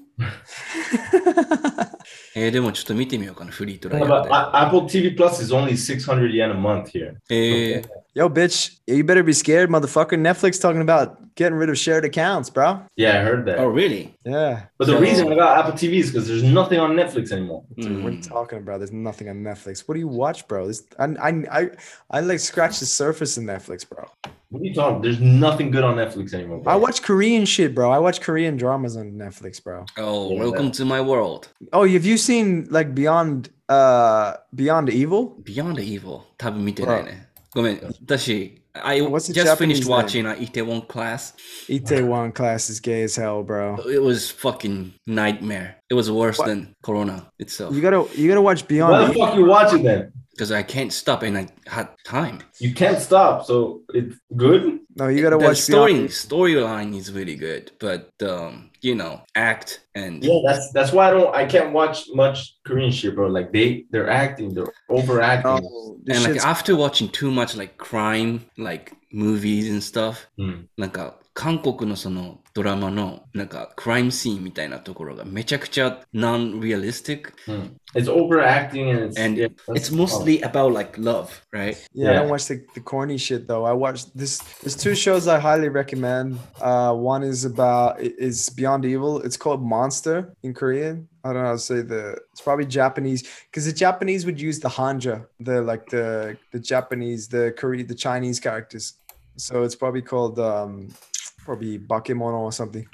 Speaker 1: えー、でもちょっと見てみようかな、フリートライ
Speaker 3: Yeah,
Speaker 1: アル
Speaker 3: but A- Apple TV Plus is only 600 yen a month here.
Speaker 1: で。えー、
Speaker 2: Yo, bitch, you better be scared, motherfucker. Netflix talking about getting rid of shared accounts, bro.
Speaker 3: Yeah, I heard that.
Speaker 1: oh really?
Speaker 2: Yeah.
Speaker 3: But the
Speaker 1: So-
Speaker 3: reason I got Apple TV is because there's nothing on Netflix anymore.
Speaker 2: Dude, what are you
Speaker 1: うん
Speaker 2: talking about? There's nothing on Netflix. What do you watch, bro? This, I, I, I, I like scratch the surface in Netflix, bro.
Speaker 3: What are you talking? There's nothing good on Netflix anymore. bro.
Speaker 2: I watch Korean shit, bro. I watch Korean dramas on Netflix, bro.
Speaker 1: Oh,
Speaker 3: Yeah.
Speaker 1: welcome to my world.
Speaker 2: Oh, have you seen like Beyond, uh, Beyond Evil?
Speaker 1: Beyond Evil 多分見てないね。ごめん、私、I
Speaker 2: What's the
Speaker 1: just finished
Speaker 2: Japanese
Speaker 1: watching a Itaewon class.
Speaker 2: Itaewon class is gay as hell, bro.
Speaker 1: It was fucking nightmare. It was worse
Speaker 2: What?
Speaker 1: than Corona itself
Speaker 2: You gotta, you gotta watch
Speaker 3: Why the
Speaker 2: Beyond. Evil.
Speaker 3: fuck you watching then?
Speaker 1: because I can't stop and I had time.
Speaker 3: You can't stop. So it's good.
Speaker 2: No, you gotta
Speaker 1: the
Speaker 2: watch
Speaker 1: story
Speaker 2: Beyond.
Speaker 1: storyline is really good, but um, you know, act and
Speaker 3: Yeah, that's that's why I don't. I can't watch much Korean shit, bro. Like they they're acting, they're overacting.
Speaker 2: Oh, this
Speaker 1: and like
Speaker 2: shit's-
Speaker 1: after watching too much like crime like movies and stuff,
Speaker 3: Mm.
Speaker 1: なんか韓国のそのドラマのなんかクライムシーンみたいなところがめちゃくちゃ non-realistic
Speaker 3: Mm. It's overacting and it's
Speaker 1: And
Speaker 3: yeah, that's-
Speaker 1: it's mostly about like love, right?
Speaker 2: Yeah, I don't
Speaker 3: Yeah.
Speaker 2: watch the, the corny shit though. I watch this. There's two shows I highly recommend. Uh, one is about i- is Beyond Evil. It's called Monster in Korean. I don't know how to say the. It's probably Japanese because the Japanese would use the Hanja, the like the the Japanese, the Korean, the Chinese characters. So it's probably called um, Probably Bakemono or something.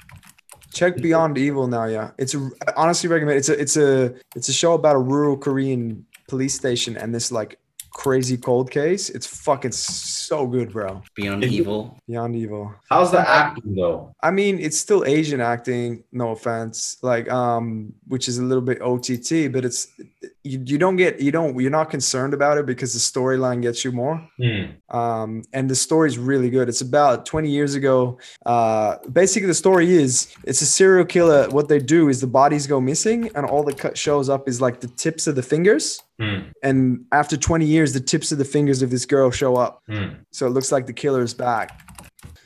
Speaker 2: Check Beyond Evil now, yeah. It's a, I honestly recommend. It's a it's a it's a show about a rural Korean police station and this like crazy cold case. It's fucking so good, bro.
Speaker 1: Beyond
Speaker 3: Is it-
Speaker 1: Evil.
Speaker 2: Beyond Evil.
Speaker 3: How's the acting though?
Speaker 2: I mean, it's still Asian acting, no offense, like um, which is a little bit OTT, but it's you, you don't get you don't you're not concerned about it because the storyline gets you more
Speaker 3: Hmm.
Speaker 2: um, and the story is really good. It's about 20 years ago. Uh, basically, the story is it's a serial killer. What they do is the bodies go missing, and all that cut shows up is like the tips of the fingers.
Speaker 3: Hmm.
Speaker 2: And after 20 years, the tips of the fingers of this girl show up.
Speaker 3: Hmm.
Speaker 2: So it looks like the killer is back.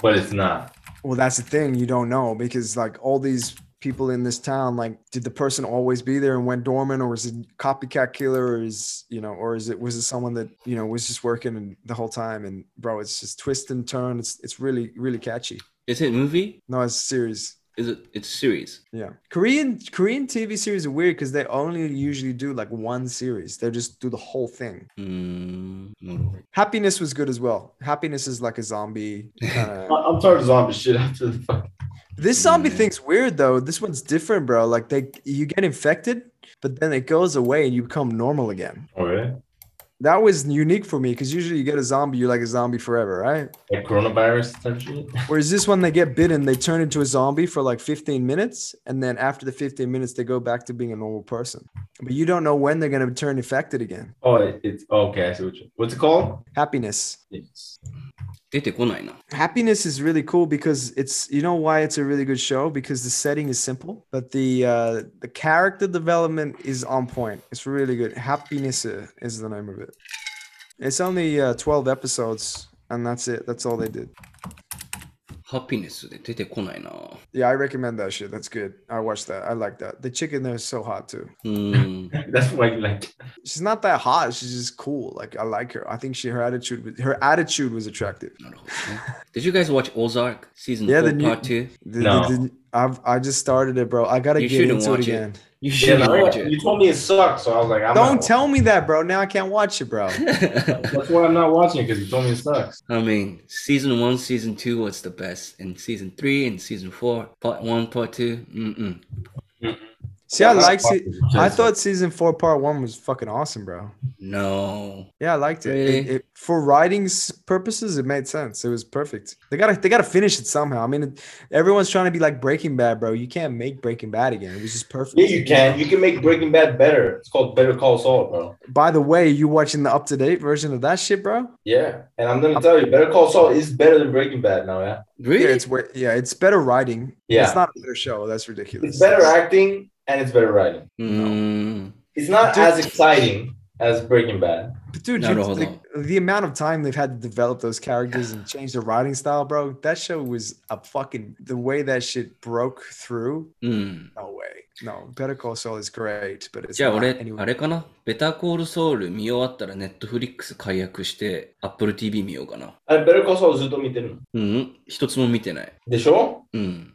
Speaker 3: But it's not.
Speaker 2: Well, that's the thing you don't know because like all these people in this town, like, did the person always be there and went dormant, or was it copycat killer, or is you know, or is it was it someone that you know was just working and the whole time? And bro, it's just twist and turn. It's it's really really catchy.
Speaker 1: Is it movie?
Speaker 2: No, it's series.
Speaker 1: Is it? It's series.
Speaker 2: Yeah, Korean Korean TV series are weird because they only usually do like one series. They just do the whole thing.
Speaker 1: Mm, no.
Speaker 2: Happiness was good as well. Happiness is like a zombie.
Speaker 3: *laughs*
Speaker 2: Kinda,
Speaker 3: I- I'm tired of zombie shit *laughs* after the fuck.
Speaker 2: This zombie
Speaker 1: Mm.
Speaker 2: thing's weird though. This one's different, bro. Like they you get infected, but then it goes away and you become normal again.
Speaker 3: All right.
Speaker 2: That was unique for me because usually you get a zombie, you're like a zombie forever, right?
Speaker 3: Like coronavirus type shit. *laughs*
Speaker 2: Whereas this one they get bitten, they turn into a zombie for like 15 minutes, and then after the 15 minutes, they go back to being a normal person. But you don't know when they're gonna turn infected again.
Speaker 3: Oh, it, it's okay. I see what you. What's it called?
Speaker 2: Happiness.
Speaker 3: It's
Speaker 1: 出てこないな。
Speaker 2: happiness is really cool because it's you know why it's a really good show because the setting is simple but the uh the character development is on point it's really good happiness uh, is the name of it it's only uh, 12 episodes and that's it that's all they did
Speaker 1: ハピネスで出てこないな。
Speaker 2: yeah i recommend that shit that's good i watched that i like that the chick in there is so hot too
Speaker 1: うーん。
Speaker 3: *laughs* that's why you like.
Speaker 2: she's not that hot she's just cool like i like her i think she her attitude was- her attitude was attractive
Speaker 1: *laughs* なるほどね。Did you guys watch Ozark season
Speaker 2: Yeah, the
Speaker 1: four
Speaker 2: new-
Speaker 1: part two?
Speaker 2: The-
Speaker 3: No.
Speaker 2: the- the- I've, i just started it bro i gotta
Speaker 1: You
Speaker 2: get
Speaker 1: shouldn't
Speaker 2: into it
Speaker 1: watch it.
Speaker 2: again
Speaker 1: You
Speaker 3: Yeah,
Speaker 1: should
Speaker 3: no,
Speaker 1: watch
Speaker 3: you
Speaker 1: it.
Speaker 3: told me it sucked, so I was like, I'm
Speaker 2: Don't
Speaker 3: not-
Speaker 2: tell me that, bro. Now I can't watch it,
Speaker 1: *laughs*
Speaker 2: bro.
Speaker 3: That's why I'm not watching because you told me it sucks.
Speaker 1: I mean, season one, season two was the best, and season three and season four, part one, part two. Mm-mm.
Speaker 2: See, I
Speaker 3: Yeah,
Speaker 2: liked it.
Speaker 3: fucking
Speaker 2: I
Speaker 3: shit.
Speaker 2: thought season four, part one was fucking awesome, bro.
Speaker 1: No.
Speaker 2: Yeah, I liked it. It-
Speaker 1: Really?
Speaker 2: it- for writing s- purposes, it made sense. It was perfect. They gotta they gotta finish it somehow. I mean, it, everyone's trying to be like Breaking Bad, bro. You can't make Breaking Bad again. It was just perfect.
Speaker 3: Yeah, you can. You can make Breaking Bad better. It's called Better Call Saul, bro.
Speaker 2: By the way, you watching the up to date version of that shit, bro?
Speaker 3: Yeah, and I'm gonna tell you, Better Call Saul is better than Breaking Bad now. Yeah,
Speaker 1: Really?
Speaker 2: Yeah, it's way, yeah, it's better writing.
Speaker 3: Yeah.
Speaker 2: it's not a better show. That's ridiculous.
Speaker 3: it's better acting and it's better writing.
Speaker 1: Mm.
Speaker 3: It's not
Speaker 2: Dude.
Speaker 3: as exciting as Breaking Bad.
Speaker 2: But dude,
Speaker 1: No,
Speaker 2: you-
Speaker 1: no, hold
Speaker 2: the, the amount of time they've had to develop those characters
Speaker 3: *sighs*
Speaker 2: and change their writing style, bro. That show was a fucking the way that shit broke through.
Speaker 1: Mm.
Speaker 2: No way. No, Better Call Saul is great, but it's
Speaker 1: じゃあ
Speaker 2: not
Speaker 1: 俺、あ
Speaker 2: anyway.
Speaker 1: れかなベタコールソウル見終わったらネットフリックス解約してアップル TV 見ようかな。
Speaker 3: And Better Call Saul ずっと見てるの。
Speaker 1: うん、一つも見てない。
Speaker 3: でしょ
Speaker 1: うん。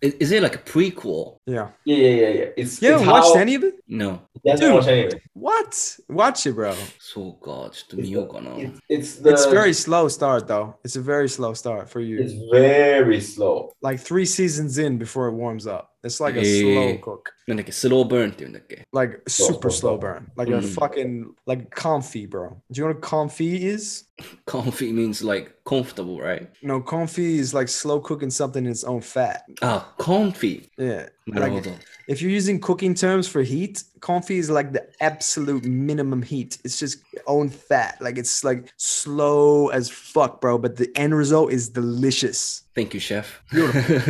Speaker 1: Is, is it like a prequel?
Speaker 2: Yeah,
Speaker 3: Yeah, yeah, yeah, yeah. It's
Speaker 2: you
Speaker 3: it's
Speaker 2: haven't watched
Speaker 3: how-
Speaker 2: any of it?
Speaker 1: No.
Speaker 3: Yeah, I haven't
Speaker 2: Dude.
Speaker 3: watched any of it.
Speaker 2: What? Watch it, bro.
Speaker 1: そうか、ちょっと見ようかな。
Speaker 3: It's, it's the
Speaker 2: it's very slow start though. It's a very slow start for you.
Speaker 3: it's very slow.
Speaker 2: Like three seasons in before it warms up. It's like a
Speaker 1: Hey.
Speaker 2: slow cook,
Speaker 1: なんだっけ、スローバーンって言うんだっけ
Speaker 2: like super slow
Speaker 3: slow, Mm-hmm. slow.
Speaker 2: burn, like a
Speaker 1: Mm.
Speaker 2: fucking like comfy, bro. Do you know what comfy is?
Speaker 1: ?comfy means like comfortable, right?
Speaker 2: No, confit is like slow cooking something in its own fat.
Speaker 1: あ、comfy。
Speaker 2: Yeah.
Speaker 1: なるほど。
Speaker 2: If you're using cooking terms for heat, confit is like the absolute minimum heat. It's just your own fat. Like it's like slow as fuck, bro. But the end result is delicious.
Speaker 1: Thank you, chef.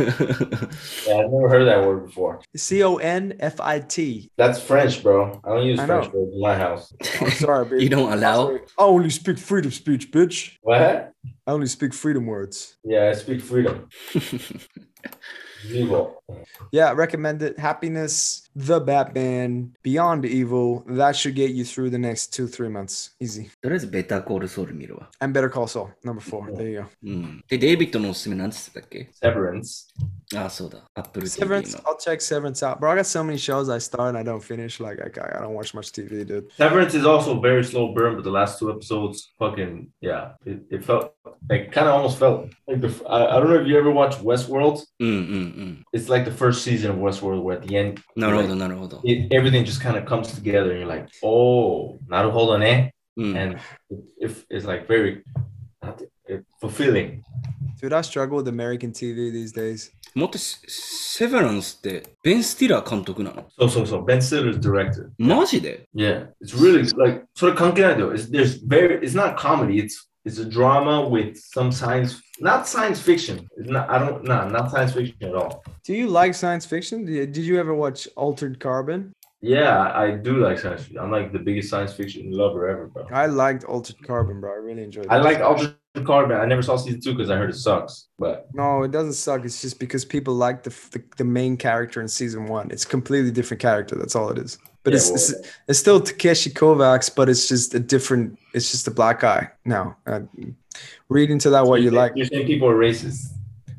Speaker 3: Yeah, I've never heard that word before.
Speaker 2: C O N F I T.
Speaker 3: That's French, bro. I don't use
Speaker 2: I know.
Speaker 3: French words in my house.
Speaker 1: *laughs*
Speaker 2: I'm sorry,
Speaker 1: *laughs*
Speaker 2: bitch.
Speaker 1: you don't
Speaker 2: I'm
Speaker 1: allow?
Speaker 2: sorry. I only speak freedom speech, bitch.
Speaker 3: What?
Speaker 2: I only speak freedom words.
Speaker 3: Yeah, I speak freedom. Zero.
Speaker 2: Yeah, I recommend it. Happiness. The Batman, Beyond Evil. That should get you through the next two, three months. Easy.
Speaker 1: *laughs* とりあえずベタコールソウル見るわ。
Speaker 2: And Better Call Saul, number four. There you
Speaker 1: うん。で、デイビッドのおすすめなんつってたっけ
Speaker 3: Severance.
Speaker 1: ああ、そうだ。アップ
Speaker 2: go.
Speaker 1: ル
Speaker 2: Severance, I'll check Severance out. Bro, I got so many shows I start and I don't finish. Like, I, I don't watch much TV, dude.
Speaker 3: Severance is also a very slow burn, but the last two episodes, fucking yeah, it, it felt like kind of almost felt like the. f- I, I don't know if you ever watched Westworld.
Speaker 1: うんうんうん。
Speaker 3: It's like the first season of Westworld, where at the end,
Speaker 1: なるほど、なるほど。
Speaker 3: it, everything just kind of comes together, and you're like, oh, not hold on, eh?
Speaker 1: うん。
Speaker 3: And it, it- it's like very not, it, fulfilling.
Speaker 2: Dude, I struggle with American TV these days.
Speaker 1: もっとセセヴェランスってベン・スティラー監督なの
Speaker 3: So so so Ben Stiller's director.
Speaker 1: マジで
Speaker 3: Yeah, it's really like sort of kankai though. It's there's very it's not comedy. It's it's a drama with some science, not science fiction. It's not I don't nah not science fiction at all.
Speaker 2: Do you like science fiction? Did did you ever watch Altered Carbon?
Speaker 3: Yeah, I I do like science fiction. I'm like the biggest science fiction lover ever, bro.
Speaker 2: I liked Altered Carbon, bro. I really enjoyed it.
Speaker 3: I like Altered Carbon. I never saw season two because I heard it sucks. But
Speaker 2: No, it doesn't suck. It's just because people like the, the the main character in season one. It's a completely different character. That's all it is. But
Speaker 3: yeah,
Speaker 2: it's,
Speaker 3: well,
Speaker 2: it's it's still Takeshi Kovacs, but it's just a different. It's just a black guy. No, uh, read into that what you like.
Speaker 3: You're saying people are racist.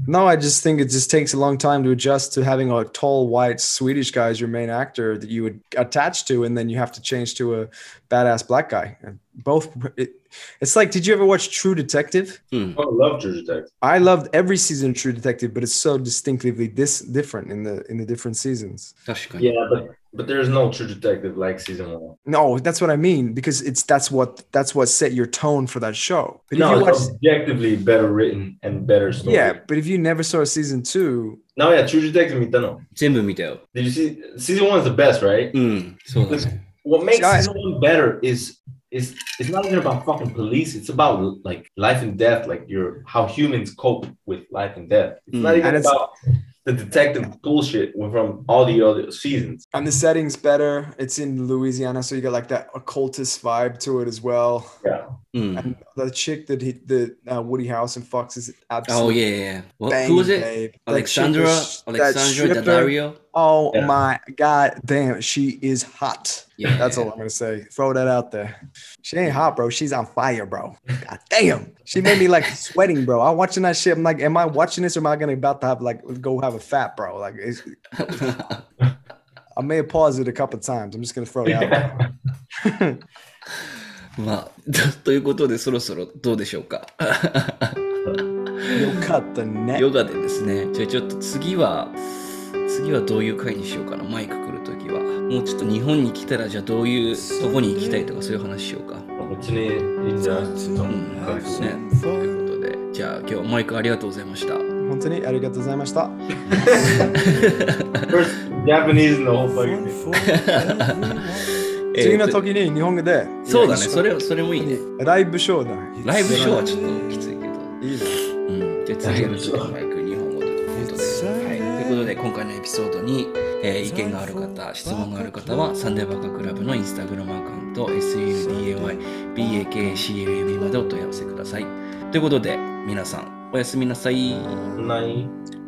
Speaker 2: No, I just think it just takes a long time to adjust to having a tall, white Swedish guy as your main actor that you would attach to, and then you have to change to a badass black guy. And both, it, it's like, did you ever watch True Detective?
Speaker 1: うん。
Speaker 3: I love True Detective.
Speaker 2: I loved every season of True Detective, but it's so distinctively dis- different in the in the different seasons.
Speaker 1: 確かに。
Speaker 3: Yeah, but but there's no True Detective like season one.
Speaker 2: No, that's what I mean because it's that's what that's what set your tone for that show. But
Speaker 3: no,
Speaker 2: if you watch,
Speaker 3: it's objectively better written and better story.
Speaker 2: yeah, but if you never saw season two,
Speaker 3: No, yeah, True Detective Mitano.
Speaker 1: 全部見たよ。
Speaker 3: Did you see season one is the best, right?
Speaker 1: うん。そうだね。
Speaker 3: What makes
Speaker 2: Yeah, I-
Speaker 3: season one better is is it's not even about fucking police. It's about like life and death, like your how humans cope with life and death. It's
Speaker 1: Mm.
Speaker 3: not even
Speaker 2: Hmm. And it's-
Speaker 3: about the detective bullshit from all the
Speaker 2: *laughs*
Speaker 3: other seasons.
Speaker 1: Uh-huh.
Speaker 2: and the setting's better. It's in Louisiana, so you got like that occultist vibe to it as well.
Speaker 1: うん。
Speaker 2: And the chick that he, the uh, Woody House and Fox is absolutely.
Speaker 1: Oh, yeah, yeah. What,
Speaker 2: banging,
Speaker 1: who was it?
Speaker 2: babe. That chick
Speaker 1: Alexandra,
Speaker 2: was- that
Speaker 1: Alexandra
Speaker 2: stripper-
Speaker 1: Daddario?
Speaker 2: Oh
Speaker 3: Yeah.
Speaker 2: my god, damn, she is hot.
Speaker 1: Yeah.
Speaker 2: That's all I'm gonna say. Throw that out there. She ain't hot, bro. She's on fire, bro. God damn. She made me
Speaker 1: *laughs*
Speaker 2: like sweating, bro. I'm watching that shit. I'm like, am I watching this or am I gonna about to have like go have a fat, bro? Like
Speaker 1: *laughs*
Speaker 2: it's, I may have paused it a couple times. I'm just gonna throw it
Speaker 1: *laughs*
Speaker 2: out.
Speaker 3: Yeah.
Speaker 1: まあ、 *laughs* ということで、そろそろどうでしょうか。
Speaker 2: You'll cut the net.
Speaker 1: ヨガでですね。じゃあちょっと次は、次はどういう回にしようかな。マイク来るときは。もうちょっと日本に来たら、じゃあどういう、どこに行きたいとかそういう話しようか。
Speaker 4: うん
Speaker 1: そうですね。ということで、じゃあ今日はマイクありがとうございました。
Speaker 2: 本当にありがとうございました。
Speaker 3: First Japanese in the whole fucking thing.
Speaker 1: えーと
Speaker 2: 次の時に日本語で。
Speaker 1: そうだね、それそれもいいね。
Speaker 2: ライブショーだ。いいね。
Speaker 1: ライブショーはちょっときついけど。うん、じゃあ次はちょっとマイク日本語ということで。はい、ということで今回のエピソードに、えー意見がある方、質問がある方はサンデーバカクラブのインスタグラムアカウント SUDAYBAKCLUB までお問い合わせください。ということで皆さんおやすみなさい。
Speaker 3: Night.